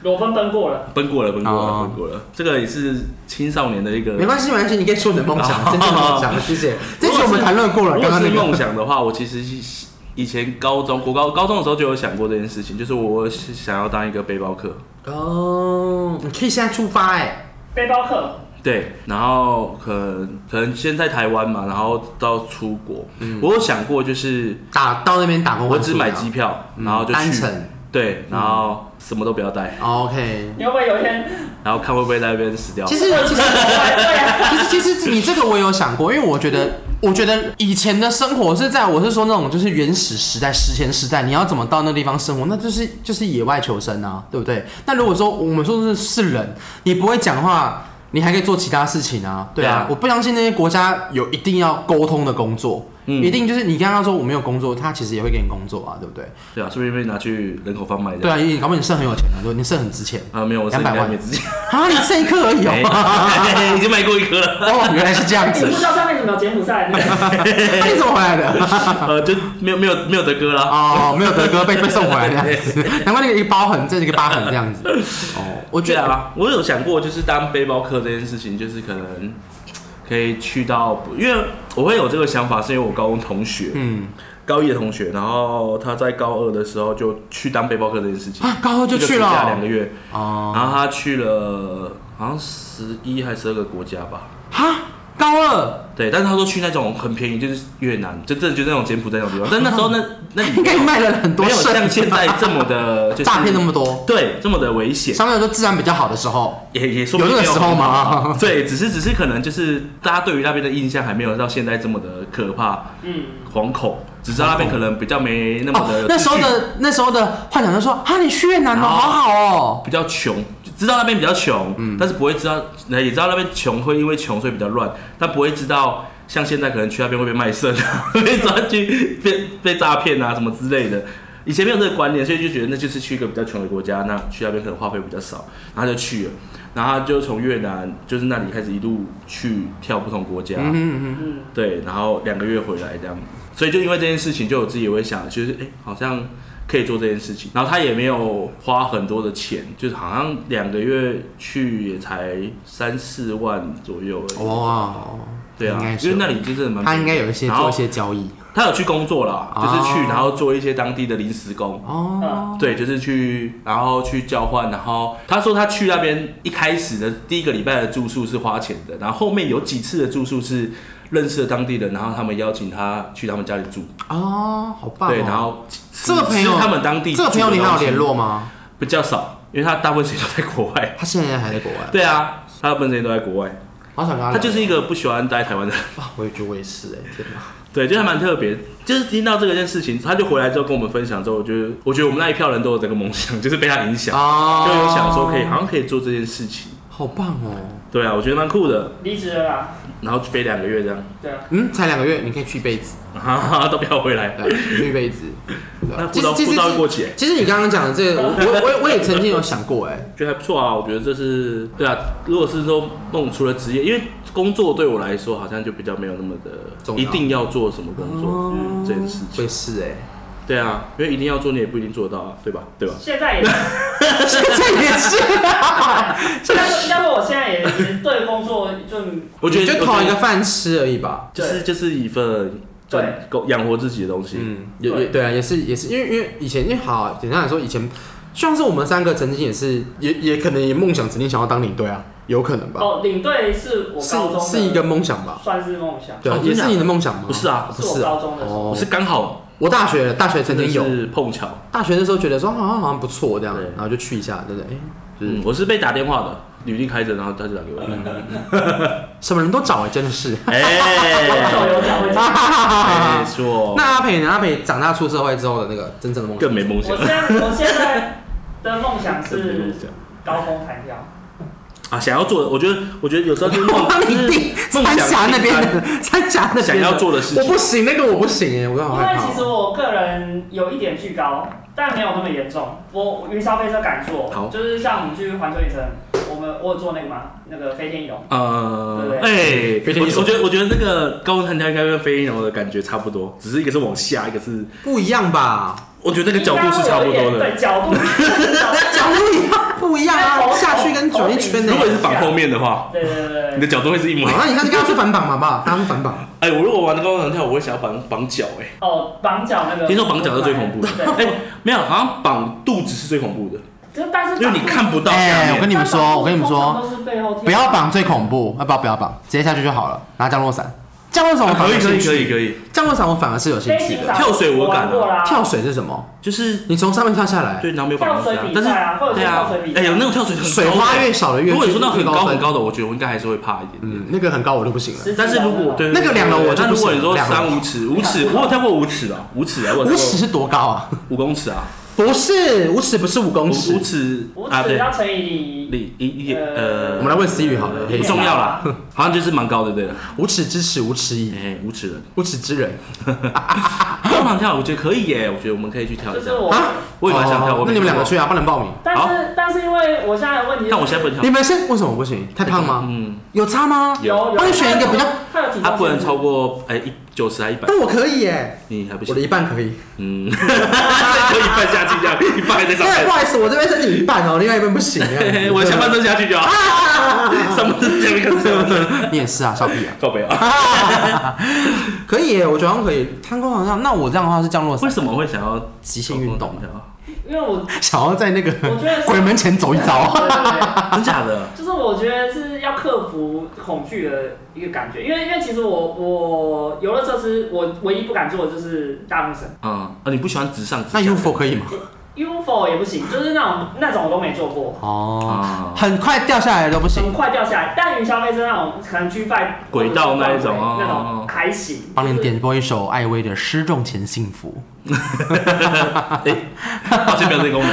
[SPEAKER 1] 裸奔奔过了，
[SPEAKER 3] 奔过了，奔过了，
[SPEAKER 2] 哦
[SPEAKER 3] 奔过了。这个也是青少年的一个。
[SPEAKER 2] 没关系，没关系，你可以说你的梦想，
[SPEAKER 3] 好
[SPEAKER 2] 真正的梦想，谢 谢。这
[SPEAKER 3] 如果是
[SPEAKER 2] 次我们谈论过了，
[SPEAKER 3] 如
[SPEAKER 2] 刚刚
[SPEAKER 3] 果是
[SPEAKER 2] 那个
[SPEAKER 3] 梦想的话，我其实是以前高中、国高、高中的时候就有想过这件事情，就是我是想要当一个背包客。
[SPEAKER 2] 哦，你可以现在出发哎，
[SPEAKER 1] 背包客，
[SPEAKER 3] 对，然后可能可能先在台湾嘛，然后到出国，
[SPEAKER 2] 嗯
[SPEAKER 3] 我有想过就是
[SPEAKER 2] 打到那边打工
[SPEAKER 3] 我
[SPEAKER 2] 换宿
[SPEAKER 3] 只
[SPEAKER 2] 这样，
[SPEAKER 3] 买机票，
[SPEAKER 2] 啊嗯，
[SPEAKER 3] 然后就
[SPEAKER 2] 单
[SPEAKER 3] 去，
[SPEAKER 2] 程
[SPEAKER 3] 对，然后什么都不要带，
[SPEAKER 2] 哦，OK。
[SPEAKER 1] 你会不会有一天
[SPEAKER 3] 然后看会不会在那边死掉
[SPEAKER 2] 其。实其 实
[SPEAKER 1] 对啊，
[SPEAKER 2] 其实其实你这个我有想过，因为我觉得。我觉得以前的生活是在我是说那种就是原始时代、史前时代，你要怎么到那地方生活，那就是就是野外求生啊，对不对？那如果说我们说的是是人，你不会讲话，你还可以做其他事情啊，对
[SPEAKER 3] 对啊
[SPEAKER 2] 啊。我不相信那些国家有一定要沟通的工作，
[SPEAKER 3] 嗯
[SPEAKER 2] 一定就是你刚刚说我没有工作，他其实也会给你工作啊，对不对？
[SPEAKER 3] 对啊，顺便被拿去人口贩卖
[SPEAKER 2] 对
[SPEAKER 3] 的。
[SPEAKER 2] 啊，因为你搞不好你肾很有钱啊，对，你肾很值钱
[SPEAKER 3] 啊，没有，我是
[SPEAKER 2] 200万
[SPEAKER 3] 没自己，
[SPEAKER 2] 啊，你剩一颗而已
[SPEAKER 3] 没
[SPEAKER 2] 哦。
[SPEAKER 3] 有 已经买过一 颗了，
[SPEAKER 2] 哦，原来是这样
[SPEAKER 1] 哎你
[SPEAKER 2] 子
[SPEAKER 1] 不，知道上面怎么有柬埔寨？
[SPEAKER 2] 那你怎么回来 的？
[SPEAKER 3] 呃，就没有没有没有得歌了。
[SPEAKER 2] 哦，没有德哥被被送回 来这样子，难怪那个一个包痕，这是一个疤痕这样子。哦，我
[SPEAKER 3] 我觉
[SPEAKER 2] 觉
[SPEAKER 3] 得
[SPEAKER 2] 得
[SPEAKER 3] 啊，我有想过，就是当背包客这件事情，就是可能可以去到，因为我会有这个想法，是因为我高中同学，
[SPEAKER 2] 嗯，
[SPEAKER 3] 高一的同学，然后他在高二的时候就去当背包客这件事情，
[SPEAKER 2] 啊，高二就去
[SPEAKER 3] 一个暑假两个
[SPEAKER 2] 了，
[SPEAKER 3] 月，
[SPEAKER 2] 哦，
[SPEAKER 3] 然后他去了好像十一还十二个国家吧，
[SPEAKER 2] 哈，高二
[SPEAKER 3] 对，但是他说去那种很便宜，就是越南，就真的就那种柬埔寨那种 地方。但那时候那那里
[SPEAKER 2] 应该卖了很多
[SPEAKER 3] 没有
[SPEAKER 2] 肾，
[SPEAKER 3] 像现在这 么的，就是
[SPEAKER 2] 诈骗那么多。
[SPEAKER 3] 对这么的危险，
[SPEAKER 2] 相对来说，治安比较好的时候，
[SPEAKER 3] 也也说
[SPEAKER 2] 有那个时候
[SPEAKER 3] 嘛。
[SPEAKER 2] 吗？
[SPEAKER 3] 对，只是只是可能就是大家对于那边的印象还没有到现在这么的可怕
[SPEAKER 1] 嗯，
[SPEAKER 3] 惶恐，只是那边可能比较没那么的、
[SPEAKER 2] 哦，那时候的那时候的幻想就说啊，你去越南哦，
[SPEAKER 3] 然后
[SPEAKER 2] 好好哦。
[SPEAKER 3] 比较穷，就知道那边比较穷，但是不会知道，呃也知道那边穷会因为穷所以比较乱，但不会知道像现在可能去那边会被卖肾啊，被抓去被被诈骗啊什么之类的。以前没有这个观念，所以就觉得那就是去一个比较穷的国家，那去那边可能花费比较少，然后他就去了，然后他就从越南就是那里开始一路去跳不同国家，
[SPEAKER 2] 嗯嗯嗯，
[SPEAKER 1] 嗯，
[SPEAKER 3] 对，然后两个月回来这样，所以就因为这件事情，就我自己也会想，就是哎、诶好像可以做这件事情。然后他也没有花很多的钱，就是好像两个月去也才三四万左右而已。
[SPEAKER 2] 哇，
[SPEAKER 3] 对啊
[SPEAKER 2] 哦应该，是
[SPEAKER 3] 因为那里就是蛮
[SPEAKER 2] 他应该有一些
[SPEAKER 3] 然后
[SPEAKER 2] 做一些交易
[SPEAKER 3] 他有去工作啦，就是去
[SPEAKER 2] 哦
[SPEAKER 3] 然后做一些当地的临时工。
[SPEAKER 1] 嗯
[SPEAKER 2] 哦。
[SPEAKER 3] 对，就是去，然后去交换，然后他说他去那边一开始的第一个礼拜的住宿是花钱的，然后后面有几次的住宿是认识了当地人，然后他们邀请他去他们家里住，
[SPEAKER 2] 哦，好棒、哦。
[SPEAKER 3] 嗯对，然后吃
[SPEAKER 2] 这个朋友
[SPEAKER 3] 吃他们当地
[SPEAKER 2] 这个朋友你还有联
[SPEAKER 3] 住的东
[SPEAKER 2] 络吗？
[SPEAKER 3] 西比较少，因为他大部分时间都在国外。
[SPEAKER 2] 他现在还在国外，
[SPEAKER 3] 对啊，他大部分时间都在国外，
[SPEAKER 2] 好想跟他聊。
[SPEAKER 3] 他就是一个不喜欢待台湾的人。
[SPEAKER 2] 哇，我也觉得我也是哎、天哪！
[SPEAKER 3] 对，就还蛮特别。就是听到这个件事情，他就回来之后跟我们分享之后，我觉得我觉得我们那一票人都有这个梦想，就是被他影响，
[SPEAKER 2] 哦
[SPEAKER 3] 就有想说可以好像可以做这件事情。
[SPEAKER 2] 好棒哦。
[SPEAKER 3] 对啊，我觉得蛮酷的。
[SPEAKER 1] 离职了啦，
[SPEAKER 3] 然后飞两个月这样，
[SPEAKER 1] 对啊，
[SPEAKER 2] 嗯，才两个月，你可以去一辈子，
[SPEAKER 3] 啊，都不要回来。
[SPEAKER 2] 对，你去一辈子。对
[SPEAKER 3] 那
[SPEAKER 2] 啊
[SPEAKER 3] 护照护照会过期欸，
[SPEAKER 2] 其实你刚刚讲的这个，我我我也我也曾经有想过哎、
[SPEAKER 3] 觉得还不错啊。我觉得这是对啊，如果是说弄除了职业，因为工作对我来说好像就比较没有那么的
[SPEAKER 2] 重要
[SPEAKER 3] 一定要做什么工
[SPEAKER 2] 哦
[SPEAKER 3] 作、
[SPEAKER 1] 嗯
[SPEAKER 3] 这件事
[SPEAKER 2] 会
[SPEAKER 3] 情。
[SPEAKER 2] 是哎、
[SPEAKER 3] 对啊，因为一定要做你也不一定做得到啊，对吧？
[SPEAKER 2] 嗯
[SPEAKER 3] 对吧？
[SPEAKER 1] 现在也，
[SPEAKER 2] 现在也是，
[SPEAKER 1] 应该说应该说我现在也也对工作就
[SPEAKER 3] 我觉得
[SPEAKER 2] 就讨一个饭吃而已吧。
[SPEAKER 3] 就是就是一份赚够养活自己的东西。
[SPEAKER 2] 嗯，也也对啊，也是也是，因为因为以前因为好，啊简单来说，以前像是我们三个曾经也是，也也可能也梦想曾经想要当领队啊，有可能吧？
[SPEAKER 1] 哦，领队是我
[SPEAKER 2] 是
[SPEAKER 1] 高中的
[SPEAKER 2] 是一个梦想吧？
[SPEAKER 1] 算是梦想，
[SPEAKER 2] 对啊
[SPEAKER 3] 哦，
[SPEAKER 2] 也
[SPEAKER 3] 真的
[SPEAKER 2] 是
[SPEAKER 3] 啊
[SPEAKER 2] 你的梦想吗？
[SPEAKER 3] 不是啊，
[SPEAKER 2] 不
[SPEAKER 1] 是我
[SPEAKER 2] 是啊
[SPEAKER 1] 高中的时候，
[SPEAKER 2] 哦
[SPEAKER 3] 我，是刚好
[SPEAKER 2] 我大学大学曾经有
[SPEAKER 3] 真，的是碰巧，
[SPEAKER 2] 大学的时候觉得说好像好像不错这样
[SPEAKER 3] 对，
[SPEAKER 2] 然后就去一下，对不对？哎，就是
[SPEAKER 3] 嗯，我是被打电话的，履历开着，然后他就打给我。
[SPEAKER 2] 嗯什么人都找哎，真的是。
[SPEAKER 1] 有手
[SPEAKER 3] 哎，
[SPEAKER 1] 有脚会讲。
[SPEAKER 3] 没错，
[SPEAKER 2] 那阿培呢？阿培长大出社会之后的那个真正的梦想
[SPEAKER 3] 更没梦想
[SPEAKER 1] 我，现在我现在的梦想
[SPEAKER 3] 更没梦
[SPEAKER 1] 是
[SPEAKER 3] 想。
[SPEAKER 1] 高空弹跳，
[SPEAKER 3] 啊，想要做的，我觉得，我觉得有时候就是
[SPEAKER 2] 我
[SPEAKER 3] 梦，
[SPEAKER 2] 帮
[SPEAKER 3] 就
[SPEAKER 2] 你
[SPEAKER 3] 是
[SPEAKER 2] 定
[SPEAKER 3] 梦
[SPEAKER 2] 三峡
[SPEAKER 3] 想
[SPEAKER 2] 那边
[SPEAKER 3] 清单
[SPEAKER 2] 的 三峡那边的
[SPEAKER 3] 想要做的事
[SPEAKER 2] 我
[SPEAKER 3] 情。
[SPEAKER 2] 不行，那个我不行哎，我好
[SPEAKER 1] 因
[SPEAKER 2] 害
[SPEAKER 1] 为
[SPEAKER 2] 怕
[SPEAKER 1] 其实
[SPEAKER 2] 哦。
[SPEAKER 1] 我个人有一点巨高，但没有那么严重。我云霄飞车敢坐
[SPEAKER 3] 好，
[SPEAKER 1] 就是像我们去环球影城，我们我有坐那个嘛，那个飞天翼龙，
[SPEAKER 3] 呃，哎、
[SPEAKER 2] 对飞天翼龙
[SPEAKER 3] 我我觉得我觉得那个高空弹跳应该跟飞鹰龙的感觉差不多，只是一个是往下，一个是，
[SPEAKER 2] 不一样吧？
[SPEAKER 3] 我觉得那个角度是差不
[SPEAKER 1] 应该会有一点
[SPEAKER 3] 多的。
[SPEAKER 1] 对，角度。
[SPEAKER 2] 角度一样不一样啊，下去跟转一圈的
[SPEAKER 1] 对。
[SPEAKER 3] 如果你是绑后面的话，
[SPEAKER 1] 对对对对，
[SPEAKER 3] 你的角度会是一模一
[SPEAKER 2] 好，
[SPEAKER 3] 样。
[SPEAKER 2] 那你看，你刚刚是反绑嘛，好不好？刚刚是反绑，
[SPEAKER 3] 哎、我如果玩高空弹跳，我会想要绑绑脚、哎，
[SPEAKER 1] 哦，绑脚那个，
[SPEAKER 3] 听说绑脚是最恐怖的。哎、
[SPEAKER 1] 对，
[SPEAKER 3] 没有，好像绑肚子是最恐怖的，
[SPEAKER 1] 就但是
[SPEAKER 3] 因为你看不到下
[SPEAKER 2] 哎
[SPEAKER 3] 面。
[SPEAKER 2] 我跟你们说我跟你们说，
[SPEAKER 1] 都是背后贴
[SPEAKER 2] 不要，绑最恐怖，啊要不要不要绑，直接下去就好了，拿降落伞。降落伞我
[SPEAKER 3] 啊
[SPEAKER 2] 反而
[SPEAKER 3] 可以
[SPEAKER 2] 有兴
[SPEAKER 3] 可以可以
[SPEAKER 2] 趣，
[SPEAKER 3] 可以，
[SPEAKER 2] 降落伞我反而是有兴
[SPEAKER 1] 飞
[SPEAKER 2] 趣
[SPEAKER 1] 行
[SPEAKER 2] 的。
[SPEAKER 1] 伞
[SPEAKER 3] 跳水我敢啊
[SPEAKER 1] 玩过啦，
[SPEAKER 2] 跳水是什么？
[SPEAKER 3] 就是
[SPEAKER 2] 你从上面跳下来，
[SPEAKER 3] 对，然后没有绑
[SPEAKER 1] 跳
[SPEAKER 3] 肚子
[SPEAKER 1] 水
[SPEAKER 3] 啊，
[SPEAKER 1] 比
[SPEAKER 3] 但是
[SPEAKER 1] 赛啊，或者
[SPEAKER 3] 对
[SPEAKER 1] 是
[SPEAKER 3] 啊
[SPEAKER 1] 跳水比，赛，
[SPEAKER 3] 哎、有那种跳水很高
[SPEAKER 2] 水花
[SPEAKER 3] 的
[SPEAKER 2] 越少的越
[SPEAKER 3] 如果你说那种很高
[SPEAKER 2] 分，
[SPEAKER 3] 很高的，我觉得我应该还是会怕一点。
[SPEAKER 2] 嗯，那个很高我就不行了。
[SPEAKER 1] 十几
[SPEAKER 3] 但是如
[SPEAKER 1] 楼那
[SPEAKER 3] 果
[SPEAKER 1] 种
[SPEAKER 3] 对
[SPEAKER 2] 那个两楼我就
[SPEAKER 3] 但
[SPEAKER 2] 不
[SPEAKER 3] 如果
[SPEAKER 2] 行
[SPEAKER 3] 你说
[SPEAKER 2] 两楼
[SPEAKER 3] 三五尺五尺，我有跳过五尺吧，五尺啊，我有
[SPEAKER 2] 五
[SPEAKER 3] 跳
[SPEAKER 2] 尺
[SPEAKER 3] 过
[SPEAKER 2] 是多高 啊？
[SPEAKER 3] 五公尺啊，
[SPEAKER 2] 不是，五尺不是五
[SPEAKER 3] 五
[SPEAKER 2] 公尺
[SPEAKER 3] 五，尺
[SPEAKER 1] 五
[SPEAKER 3] 啊，
[SPEAKER 1] 尺
[SPEAKER 3] 对，
[SPEAKER 1] 要乘以
[SPEAKER 3] 里一一
[SPEAKER 1] 呃，
[SPEAKER 2] 我
[SPEAKER 3] 呃
[SPEAKER 2] 们，来问 Siri 好了
[SPEAKER 3] 不重要 啦，好像就是蛮高的，对的，
[SPEAKER 2] 五尺之尺，无尺矣，
[SPEAKER 3] 哎，五尺人，
[SPEAKER 2] 无尺之人。
[SPEAKER 3] 高场跳我觉得可以耶，我觉得我们可以去跳
[SPEAKER 1] 就
[SPEAKER 3] 一下
[SPEAKER 1] 是，我，
[SPEAKER 2] 啊
[SPEAKER 3] 我也蛮想跳，
[SPEAKER 2] 哦
[SPEAKER 3] 我
[SPEAKER 2] 那
[SPEAKER 3] 也没
[SPEAKER 2] 你们两个
[SPEAKER 3] 跳过，
[SPEAKER 2] 去啊，帮你们报名。
[SPEAKER 1] 但是但是因为我现在的问题是，
[SPEAKER 3] 但我现在不能
[SPEAKER 2] 你
[SPEAKER 3] 跳，
[SPEAKER 2] 们是为什么不行？太胖吗？
[SPEAKER 3] 嗯，啊
[SPEAKER 2] 有差吗？
[SPEAKER 1] 有有，
[SPEAKER 2] 帮你选一个比较
[SPEAKER 1] 它有体重限制，
[SPEAKER 3] 他不能超过哎一九十还一百，
[SPEAKER 2] 但我可以耶，
[SPEAKER 3] 你还不
[SPEAKER 2] 我的
[SPEAKER 3] 行，
[SPEAKER 2] 一半可以。
[SPEAKER 3] 嗯， 再丢一半下去这样，一半还在上
[SPEAKER 2] 哎对，不
[SPEAKER 3] 半
[SPEAKER 2] 好意思，我这边身体一半哦，另外一半不行。
[SPEAKER 3] 嘿嘿， 我的下半身下去就好， 上半身下面看上半身，
[SPEAKER 2] 你也是啊，小屁啊，
[SPEAKER 3] 靠北啊。
[SPEAKER 2] 可以耶，我觉得好像可以。贪空好像，那我这样的话是降落
[SPEAKER 3] 为
[SPEAKER 2] 伞，
[SPEAKER 3] 什么会想要
[SPEAKER 2] 极限运动
[SPEAKER 3] 高空弹跳
[SPEAKER 1] 因为我
[SPEAKER 2] 想要在那个
[SPEAKER 1] 我觉得是
[SPEAKER 2] 鬼啊门前走一遭。
[SPEAKER 1] 对对对
[SPEAKER 3] 真假的？
[SPEAKER 1] 就是我觉得是要克服恐惧的一个感觉，因为因为其实我我游乐设施我唯一不敢做的就是大怒神
[SPEAKER 3] 嗯，啊，你不喜欢直上直下
[SPEAKER 2] 那 UFO 可以吗？
[SPEAKER 1] ，UFO 也不行，就是那种那种我都没做过，
[SPEAKER 2] 哦，
[SPEAKER 3] 啊？
[SPEAKER 2] 很快掉下来都不行
[SPEAKER 1] 很，快掉下来。但云霄飞车那种可能 G f
[SPEAKER 3] 轨道那一种哦
[SPEAKER 1] 那种还行。
[SPEAKER 2] 帮你
[SPEAKER 1] 就是
[SPEAKER 2] 点播一首艾薇的《失重前幸福》。
[SPEAKER 3] 抱歉，没有这个功能。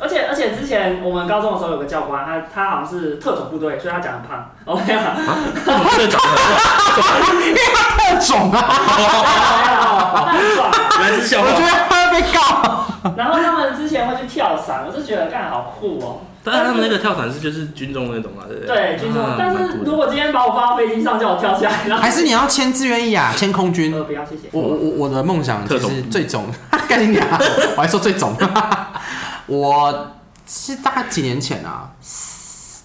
[SPEAKER 1] 而且而且之前我们高中的时候有个教官，他他好像是特种部队，所以他长得胖。哦没有 啦，
[SPEAKER 2] 特种啊！
[SPEAKER 1] 没有啦，那很爽。
[SPEAKER 3] 原来是笑
[SPEAKER 2] 我觉
[SPEAKER 3] 话。
[SPEAKER 2] 得他会被告。
[SPEAKER 1] 然后他们之前会去跳伞，我就觉得干好酷哦。
[SPEAKER 3] 但是他们那个跳伞是就是军中那种啊，对不对？
[SPEAKER 1] 对，军中
[SPEAKER 3] 啊。
[SPEAKER 1] 但
[SPEAKER 3] 蛮
[SPEAKER 1] 是
[SPEAKER 3] 酷的
[SPEAKER 1] 如果今天把我放到飞机上，叫我跳下来，然后
[SPEAKER 2] 还是你要签志愿役啊，签空军。
[SPEAKER 1] 呃不要谢谢。
[SPEAKER 2] 我我我我的梦想其
[SPEAKER 3] 特
[SPEAKER 2] 实
[SPEAKER 3] 种
[SPEAKER 2] 最肿， 干你娘！我还说最肿， 我是大概几年前啊，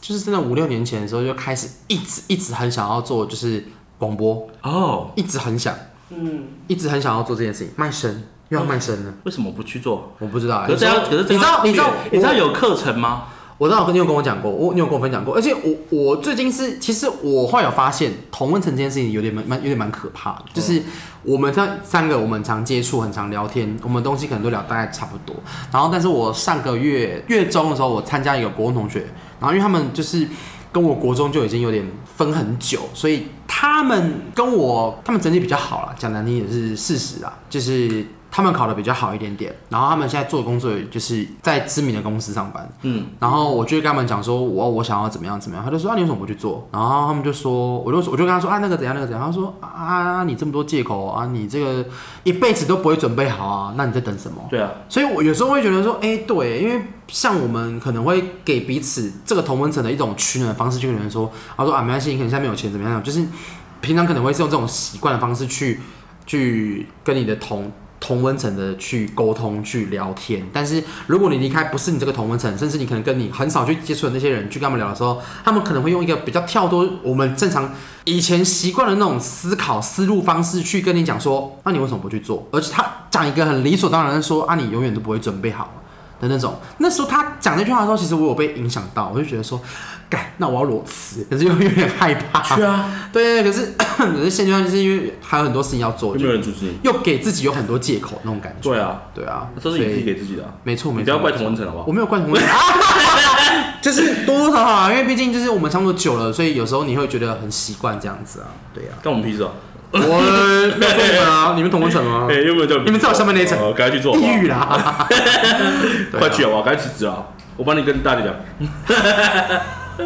[SPEAKER 2] 就是真的五六年前的时候就开始一直一直很想要做，就是广播，
[SPEAKER 3] 哦，
[SPEAKER 2] 一直很想，
[SPEAKER 1] 嗯，
[SPEAKER 2] 一直很想要做这件事情，卖身又要卖身了，
[SPEAKER 3] 为什么不去做？
[SPEAKER 2] 我不知道啊。
[SPEAKER 3] 可是这样，可是这
[SPEAKER 2] 你知道
[SPEAKER 3] 样
[SPEAKER 2] 你知道
[SPEAKER 3] 你知道
[SPEAKER 2] 我
[SPEAKER 3] 有课程吗？
[SPEAKER 2] 我知道你有跟我讲过，我你有跟我分享过，而且我我最近是，其实我后来有发现同温层这件事情有点蛮蛮有点蛮可怕的，就是我们这三个我们常接触，很常聊天，我们东西可能都聊大概差不多。然后，但是我上个月月中的时候，我参加一个国中同学，然后因为他们就是跟我国中就已经有点分很久，所以他们跟我他们整体比较好了，讲难听也是事实啊，就是。他们考的比较好一点点，然后他们现在做的工作也就是在知名的公司上班，
[SPEAKER 3] 嗯，
[SPEAKER 2] 然后我就跟他们讲说，我我想要怎么样怎么样，他就说啊你为什么不去做？然后他们就说，我就我就跟他说啊那个怎样那个怎样，他说啊啊你这么多借口啊你这个一辈子都不会准备好啊，那你在等什么？
[SPEAKER 3] 对啊，
[SPEAKER 2] 所以我有时候会觉得说，哎、对，因为像我们可能会给彼此这个同文层的一种取暖的方式，就可能说，他说啊，没关系，你可能现在没有钱，怎么样？就是平常可能会是用这种习惯的方式去去跟你的同同温层的去沟通、去聊天。但是如果你离开不是你这个同温层，甚至你可能跟你很少去接触的那些人去跟他们聊的时候，他们可能会用一个比较跳脱我们正常以前习惯的那种思考思路方式去跟你讲说，啊那、你为什么不去做？而且他讲一个很理所当然的说，啊，你永远都不会准备好的那种。那时候他讲那句话的时候，其实我有被影响到，我就觉得说，干，那我要裸辞， 可是又有点害怕。
[SPEAKER 3] 去啊，
[SPEAKER 2] 对对对，可是 可是现阶段就是因为还有很多事情要做，
[SPEAKER 3] 有
[SPEAKER 2] 就
[SPEAKER 3] 没有人阻止你？
[SPEAKER 2] 又给自己有很多借口那种感觉。
[SPEAKER 3] 对啊，
[SPEAKER 2] 对啊，
[SPEAKER 3] 这是你自
[SPEAKER 2] 所
[SPEAKER 3] 己
[SPEAKER 2] 以
[SPEAKER 3] 给自己的啊，
[SPEAKER 2] 没错没
[SPEAKER 3] 你
[SPEAKER 2] 错，
[SPEAKER 3] 不要怪
[SPEAKER 2] 没错
[SPEAKER 3] 同文层好不好？
[SPEAKER 2] 我没有怪同温层， 就是多多少少啊，因为毕竟就是我们相处久了，所以有时候你会觉得很习惯这样子啊。对 啊，
[SPEAKER 3] 干我们屁事哦！
[SPEAKER 2] 我没有说你们啊，你们同温层吗
[SPEAKER 3] 哎，？有没有叫
[SPEAKER 2] 你们知道我上面那一层
[SPEAKER 3] 哦赶快去做，
[SPEAKER 2] 地狱啦！对啊
[SPEAKER 3] 快去好不好？赶快辞职啊！我帮你跟大家讲，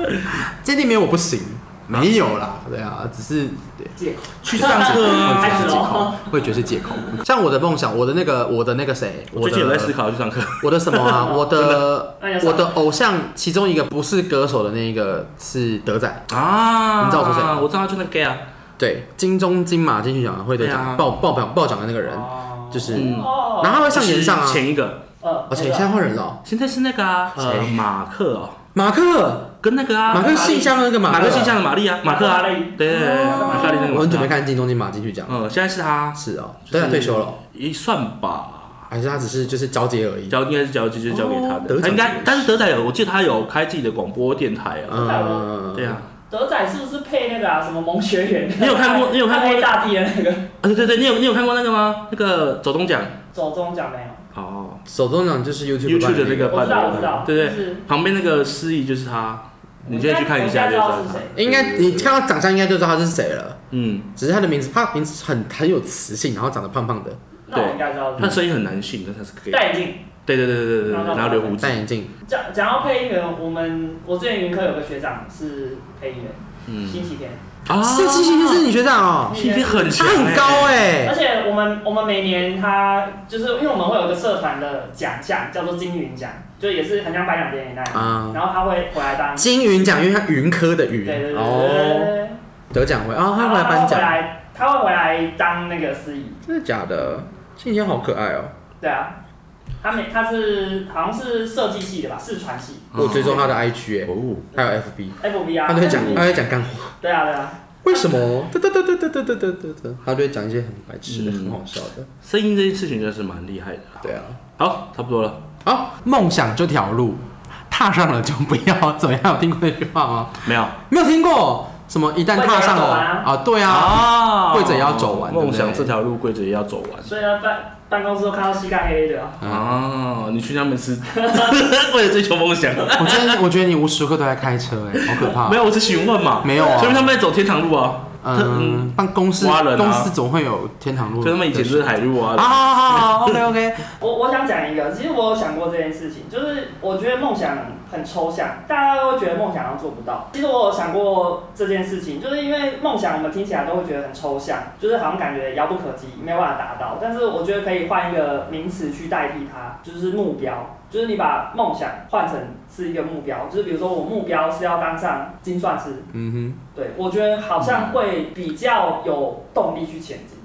[SPEAKER 2] 这里面我不行，没有啦，对啊，只是对。
[SPEAKER 1] 借口
[SPEAKER 3] 去上 课啊！
[SPEAKER 1] 开始喽。
[SPEAKER 2] 会觉得是借口。像我的梦想，我的那个，我的那个谁，
[SPEAKER 3] 我
[SPEAKER 2] 的
[SPEAKER 3] 最近有在思考要去上课，
[SPEAKER 2] 我的什么 啊？我的
[SPEAKER 1] 那你要上
[SPEAKER 2] 我的偶像，其中一个不是歌手的那一个是德仔，
[SPEAKER 3] 啊
[SPEAKER 2] 你知道我说谁吗
[SPEAKER 3] 我知道，就那 gay 啊，
[SPEAKER 2] 对，金钟金马金曲奖会得
[SPEAKER 3] 对啊
[SPEAKER 2] 奖爆爆表爆奖的那个人，
[SPEAKER 1] 哦
[SPEAKER 2] 就是，
[SPEAKER 3] 嗯
[SPEAKER 1] 哦
[SPEAKER 2] 然后他会上演上啊
[SPEAKER 3] 就是，前一个，
[SPEAKER 1] 呃
[SPEAKER 2] 而且现在换人了哦，
[SPEAKER 3] 现在是那个啊，呃，
[SPEAKER 2] 谁
[SPEAKER 3] 马克哦，
[SPEAKER 2] 马克，
[SPEAKER 3] 跟那个啊，
[SPEAKER 2] 马克信箱的那个
[SPEAKER 3] 马
[SPEAKER 2] 马
[SPEAKER 3] 克哦
[SPEAKER 2] 克
[SPEAKER 3] 信箱的玛丽啊，马克啊，
[SPEAKER 1] 玛丽
[SPEAKER 3] 对对对，对马克阿丽那个，
[SPEAKER 2] 我很准备，看金钟金马金曲奖，
[SPEAKER 3] 嗯，现在是他，
[SPEAKER 2] 是哦，
[SPEAKER 3] 就是
[SPEAKER 2] 德仔退休了哦，
[SPEAKER 3] 一算吧，
[SPEAKER 2] 还是他只是就是交接而已？
[SPEAKER 3] 交应该是交就是交给他的，
[SPEAKER 2] 哦
[SPEAKER 3] 他应该，但是德仔有，我记得他有开自己的广播电台啊，
[SPEAKER 2] 嗯，
[SPEAKER 3] 对啊，
[SPEAKER 1] 德仔是不是配那个啊什么萌学园？
[SPEAKER 3] 你有看过你有看过
[SPEAKER 1] 黑大地的那个？
[SPEAKER 3] 啊对对对，你有你有看过那个吗？那个走中奖，
[SPEAKER 1] 走中奖没有？
[SPEAKER 3] 哦
[SPEAKER 2] 手中奖就是 YouTube
[SPEAKER 3] ，YouTube 的那个
[SPEAKER 1] 我
[SPEAKER 3] 办
[SPEAKER 1] 知道，我知
[SPEAKER 3] 的
[SPEAKER 1] 道，，
[SPEAKER 3] 对对，
[SPEAKER 1] 对，
[SPEAKER 3] 旁边那个司仪就是他，你现在去看一下
[SPEAKER 1] 我应
[SPEAKER 3] 就
[SPEAKER 1] 该知道
[SPEAKER 3] 他
[SPEAKER 1] 是谁。
[SPEAKER 2] 应该你看到长相应该就知道他是谁了，
[SPEAKER 3] 嗯，
[SPEAKER 2] 只是他的名字，他名字很很有磁性，然后长得胖胖的，
[SPEAKER 1] 那我应该知道是
[SPEAKER 3] 他
[SPEAKER 1] 谁。
[SPEAKER 3] 声音很男性，但是他是 gay，
[SPEAKER 1] 戴眼镜，
[SPEAKER 3] 对对对对对对，然后留胡子
[SPEAKER 2] 戴，眼镜，
[SPEAKER 1] 讲讲到配音员，我们我之前云科有个学长是配音员，
[SPEAKER 3] 嗯，
[SPEAKER 1] 星期天，
[SPEAKER 2] 哦
[SPEAKER 3] 啊
[SPEAKER 2] 是是是是你学长哦，
[SPEAKER 3] 星期天很
[SPEAKER 2] 他
[SPEAKER 3] 强，
[SPEAKER 2] 很高哎
[SPEAKER 1] 而，且我们我们每年他就是因为我们会有一个社团的奖项叫做金云奖，就也是很像颁奖典礼那样，
[SPEAKER 2] 啊，
[SPEAKER 1] 然后他会回来当，对
[SPEAKER 2] 金云奖，因为他云科的云
[SPEAKER 1] 对对对对
[SPEAKER 2] 哦，
[SPEAKER 1] 对，
[SPEAKER 2] 得奖会啊，他
[SPEAKER 1] 然
[SPEAKER 2] 回
[SPEAKER 1] 后
[SPEAKER 2] 来
[SPEAKER 1] 他
[SPEAKER 2] 颁
[SPEAKER 1] 会回
[SPEAKER 2] 奖，
[SPEAKER 1] 来，他会回来当那个司仪，
[SPEAKER 2] 真的假的？信天好可爱哦，
[SPEAKER 1] 对啊，他每他是好像是设计系的吧，视传系
[SPEAKER 2] 我追踪他的 IG 哎，
[SPEAKER 3] 哦，
[SPEAKER 2] 还有 FB，
[SPEAKER 1] ，FB 啊，
[SPEAKER 2] 他都会讲，他会讲干话，
[SPEAKER 1] 对啊对啊，
[SPEAKER 2] 为什么？哒哒哒哒哒哒哒哒哒，他就会讲一些很白痴的、
[SPEAKER 3] 嗯
[SPEAKER 2] 很好笑的。
[SPEAKER 3] 声音这件事情真的是蛮厉害的啦。
[SPEAKER 2] 对啊，
[SPEAKER 3] 好，差不多了，
[SPEAKER 2] 好，梦想这条路，踏上了就不要怎么样？有听过这句话吗？
[SPEAKER 3] 没有
[SPEAKER 2] 没有听过。什么？一旦踏上
[SPEAKER 1] 跪着
[SPEAKER 2] 了
[SPEAKER 1] 要走完
[SPEAKER 2] 啊，对啊，
[SPEAKER 3] 啊
[SPEAKER 2] 跪着也要走完对不
[SPEAKER 3] 梦
[SPEAKER 2] 对
[SPEAKER 3] 想这条路跪着也要走完。
[SPEAKER 1] 所以呢，办办公室都看到膝盖黑黑的啊。
[SPEAKER 2] 啊
[SPEAKER 3] 啊！你去他们吃， 为了追求梦想，
[SPEAKER 2] 我觉得我觉得你无时无刻都在开车，哎，好可怕
[SPEAKER 3] 没。有，我是询问嘛，
[SPEAKER 2] 没有啊
[SPEAKER 3] 所以他们在走天堂路啊，
[SPEAKER 2] 嗯，办公司
[SPEAKER 3] 挖人啊
[SPEAKER 2] 公司总会有天堂路，
[SPEAKER 3] 所以他们以前就是海路
[SPEAKER 2] 哦啊，好
[SPEAKER 3] 啊，
[SPEAKER 2] 好好，OK OK，
[SPEAKER 1] 我我想讲一个，其实我有想过这件事情，就是我觉得梦想很抽象，大家都会觉得梦想要做不到。其实我有想过这件事情，就是因为梦想我们听起来都会觉得很抽象，就是好像感觉遥不可及，没有办法达到。但是我觉得可以换一个名词去代替它，就是目标。就是你把梦想换成是一个目标，就是比如说我目标是要当上精算师，
[SPEAKER 2] 嗯
[SPEAKER 1] 对我觉得好像会比较有动力去前进。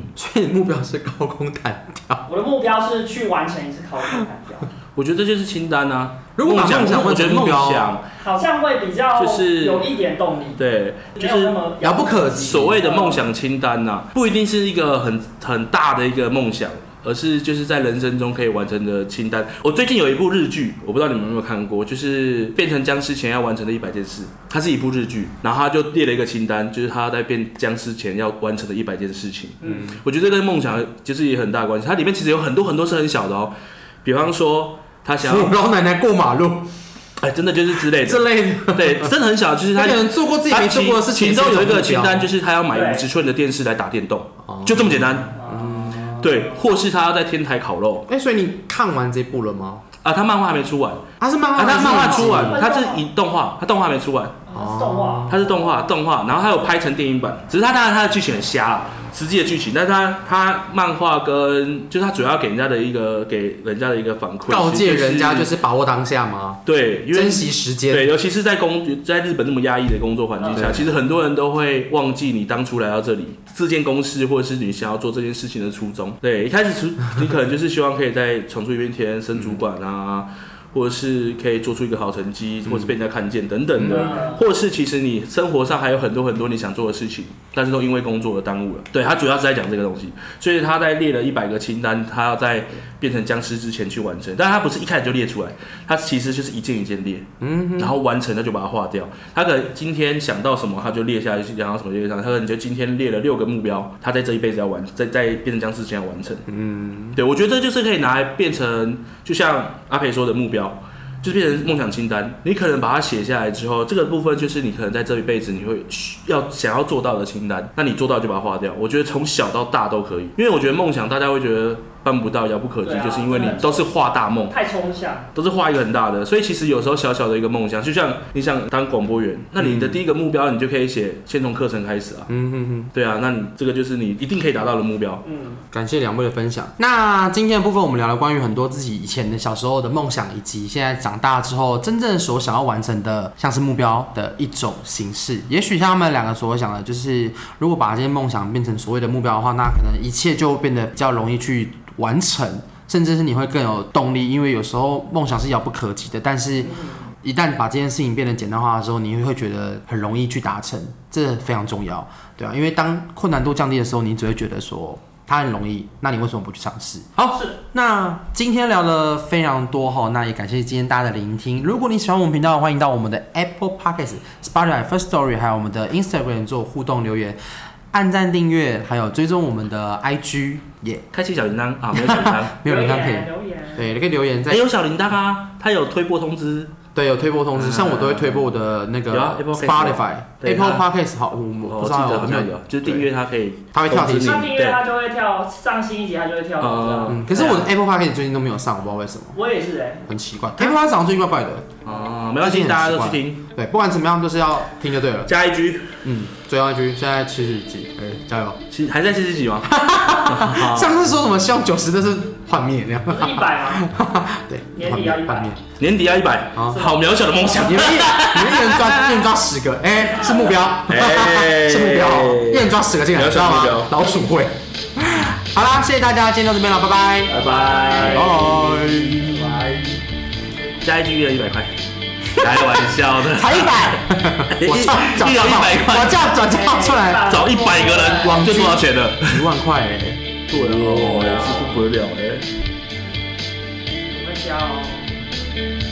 [SPEAKER 2] 哼，，所以目标是高空弹跳。
[SPEAKER 1] 我的目标是去完成一次考试单标。
[SPEAKER 3] 我觉得这就是清单啊。
[SPEAKER 2] 如果把
[SPEAKER 3] 梦想
[SPEAKER 2] 梦想，
[SPEAKER 3] 我
[SPEAKER 2] 换
[SPEAKER 3] 觉
[SPEAKER 2] 成
[SPEAKER 3] 得
[SPEAKER 2] 目
[SPEAKER 3] 梦
[SPEAKER 2] 标，
[SPEAKER 3] 想，
[SPEAKER 1] 好像会比较
[SPEAKER 3] 就是
[SPEAKER 1] 有一点动力，
[SPEAKER 3] 对，
[SPEAKER 1] 没
[SPEAKER 3] 就
[SPEAKER 1] 有
[SPEAKER 3] 是
[SPEAKER 1] 那么
[SPEAKER 2] 遥不可及
[SPEAKER 3] 所谓的梦想清单呐、不一定是一个很很大的一个梦想，而是就是在人生中可以完成的清单。我最近有一部日剧，我不知道你们有没有看过，就是变成僵尸前要完成的一百件事，它是一部日剧，然后它就列了一个清单，就是他在变僵尸前要完成的一百件事情。
[SPEAKER 1] 嗯，
[SPEAKER 3] 我觉得这跟梦想就是也很大关系，它里面其实有很多很多是很小的哦，比方说他想要
[SPEAKER 2] 扶，老奶奶过马路
[SPEAKER 3] 哎，真的就是之类的，
[SPEAKER 2] 这类的，
[SPEAKER 3] 对，真的很小，就是
[SPEAKER 2] 他
[SPEAKER 3] 他
[SPEAKER 2] 可能做过自己没做过的事情。
[SPEAKER 3] 其中有一个清单，就是是他要买
[SPEAKER 1] 对
[SPEAKER 3] 五十寸的电视来打电动，
[SPEAKER 2] 哦
[SPEAKER 3] 就这么简单。
[SPEAKER 1] 嗯，
[SPEAKER 3] 对，或是他要在天台烤肉
[SPEAKER 2] 哎，所以你看完这部了吗？
[SPEAKER 3] 啊，他漫画还没出完
[SPEAKER 2] 啊，是漫
[SPEAKER 3] 啊，
[SPEAKER 2] 画，
[SPEAKER 3] 他漫画
[SPEAKER 2] 是
[SPEAKER 3] 出
[SPEAKER 2] 影集
[SPEAKER 3] 完，他是以动画，他动画还没出完，
[SPEAKER 1] 啊是动画，
[SPEAKER 3] 他是动画动画，然后他有拍成电影版，只是他当然他的剧情很瞎啦，实际的剧情，但是他他漫画跟就是他主要给人家的一个给人家的一个反馈，
[SPEAKER 2] 告诫人家就是是把握当下嘛，
[SPEAKER 3] 对，因为
[SPEAKER 2] 珍惜时间。
[SPEAKER 3] 对，尤其是在工在日本那么压抑的工作环境下，
[SPEAKER 2] 嗯
[SPEAKER 3] 其实很多人都会忘记你当初来到这里这间公司，或者是你想要做这件事情的初衷。对，一开始出你可能就是希望可以再闯出一片天，升主管啊，或者是可以做出一个好成绩，或是被人家看见等等的。
[SPEAKER 1] 嗯
[SPEAKER 3] 或是其实你生活上还有很多很多你想做的事情，但是都因为工作而耽误了。对他主要是在讲这个东西，所以他在列了一百个清单，他要在变成僵尸之前去完成。但他不是一开始就列出来，他其实就是一件一件列，嗯，然后完成他就把它划掉。他可能今天想到什么他就列下来，想到什么列上。他可能就今天列了六个目标，他在这一辈子要完，在在变成僵尸之前要完成。嗯，对，我觉得这就是可以拿来变成，就像阿培说的目标。就是变成梦想清单。你可能把它写下来之后，这个部分就是你可能在这一辈子你会需要想要做到的清单。那你做到就把它划掉。我觉得从小到大都可以，因为我觉得梦想大家会觉得办不到、遥不可及，
[SPEAKER 1] 对啊
[SPEAKER 3] 就是因为你都是画大梦。
[SPEAKER 1] 太抽象，
[SPEAKER 3] 都是画一个很大的，所以其实有时候小小的一个梦想，就像你想当广播员，那你的第一个目标你就可以写先从课程开始啊，
[SPEAKER 2] 嗯哼哼，
[SPEAKER 3] 对啊，那你这个就是你一定可以达到的目标。啊
[SPEAKER 1] 嗯，
[SPEAKER 2] 感谢两位的分享。那今天的部分，我们聊了关于很多自己以前的小时候的梦想，以及现在长大之后真正所想要完成的，像是目标的一种形式。也许像他们两个所想的，就是如果把这些梦想变成所谓的目标的话，那可能一切就变得比较容易去完成，甚至是你会更有动力，因为有时候梦想是遥不可及的，但是。一旦把这件事情变得简单化的时候，你会觉得很容易去达成，这非常重要，对啊，因为当困难度降低的时候，你只会觉得说它很容易，那你为什么不去尝试？
[SPEAKER 1] 好，是
[SPEAKER 2] 那今天聊了非常多哈，那也感谢今天大家的聆听。如果你喜欢我们频道，欢迎到我们的 Apple Podcast、Spotify、First Story，还有我们的 Instagram 做互动留言、按赞、订阅，还有追踪我们的 IG 也、
[SPEAKER 3] 开启小铃铛啊，没有小铃铛，
[SPEAKER 2] 没有人看可以
[SPEAKER 1] 言，留言，
[SPEAKER 2] 对，你可以留言
[SPEAKER 3] 哎、
[SPEAKER 2] 在
[SPEAKER 3] 有小铃铛啊，它有推播通知，
[SPEAKER 2] 对有推播通知，
[SPEAKER 3] 嗯
[SPEAKER 2] 像我都会推播我的那
[SPEAKER 3] 有啊
[SPEAKER 2] 个
[SPEAKER 3] ，Apple Podcast
[SPEAKER 2] Spotify、
[SPEAKER 3] 对
[SPEAKER 2] Apple
[SPEAKER 3] 它
[SPEAKER 2] Podcast 好，我
[SPEAKER 3] 哦
[SPEAKER 2] 我
[SPEAKER 3] 我
[SPEAKER 2] 不知
[SPEAKER 3] 记
[SPEAKER 2] 道
[SPEAKER 3] 得哦好
[SPEAKER 2] 有没
[SPEAKER 3] 像
[SPEAKER 2] 有
[SPEAKER 3] 有，就是订阅它可以
[SPEAKER 2] 它会跳提
[SPEAKER 3] 通知
[SPEAKER 2] 醒
[SPEAKER 1] 那
[SPEAKER 3] 你。
[SPEAKER 1] 订阅
[SPEAKER 3] 嗯对，
[SPEAKER 1] 他就会跳上新一集，他就会跳，
[SPEAKER 3] 嗯
[SPEAKER 1] 我知道
[SPEAKER 2] 嗯，可是
[SPEAKER 3] 对啊
[SPEAKER 2] 我的 Apple Podcast 最近都没有上，我不知道为什么，
[SPEAKER 1] 我也是 哎，
[SPEAKER 2] 很奇怪。Apple Podcast 好像最近怪怪的，
[SPEAKER 3] 哦，没关系，大家都去听，
[SPEAKER 2] 对，不管怎么样就是要听就对了。
[SPEAKER 3] 加一句，
[SPEAKER 2] 嗯，最后一句，现在七十几，哎、加油！
[SPEAKER 3] 其实还在七十 几吗？
[SPEAKER 2] 上次说什么希望九十，但是幻灭那样，
[SPEAKER 1] 不是一百 吗？
[SPEAKER 2] 对，
[SPEAKER 1] 年
[SPEAKER 2] 幻
[SPEAKER 1] 底要
[SPEAKER 2] 灭，
[SPEAKER 1] 100
[SPEAKER 2] 幻灭。
[SPEAKER 3] 年底要一百，
[SPEAKER 2] 好
[SPEAKER 3] 好渺小的梦想。
[SPEAKER 2] 你们一你们一人抓一人抓十个，哎、是目标，
[SPEAKER 3] 哎
[SPEAKER 2] 是目标哦，一人抓十个进来，
[SPEAKER 3] 不要
[SPEAKER 2] 知道
[SPEAKER 3] 想
[SPEAKER 2] 吗
[SPEAKER 3] 目标？
[SPEAKER 2] 老鼠会。好啦，谢谢大家，今天到这边了，拜 拜，
[SPEAKER 3] 拜拜，
[SPEAKER 2] 拜。
[SPEAKER 1] 拜。
[SPEAKER 3] 加一句一人一百块。开玩笑的，
[SPEAKER 2] 才一百，我叫找
[SPEAKER 3] 一人一百块
[SPEAKER 2] 我叫转交出来
[SPEAKER 3] 找一百个人
[SPEAKER 2] 网
[SPEAKER 3] 就
[SPEAKER 2] 剧
[SPEAKER 3] 多少钱了？
[SPEAKER 2] 一万块哎、
[SPEAKER 3] 对啊哦，也是不得了哎、
[SPEAKER 1] 我们教哦。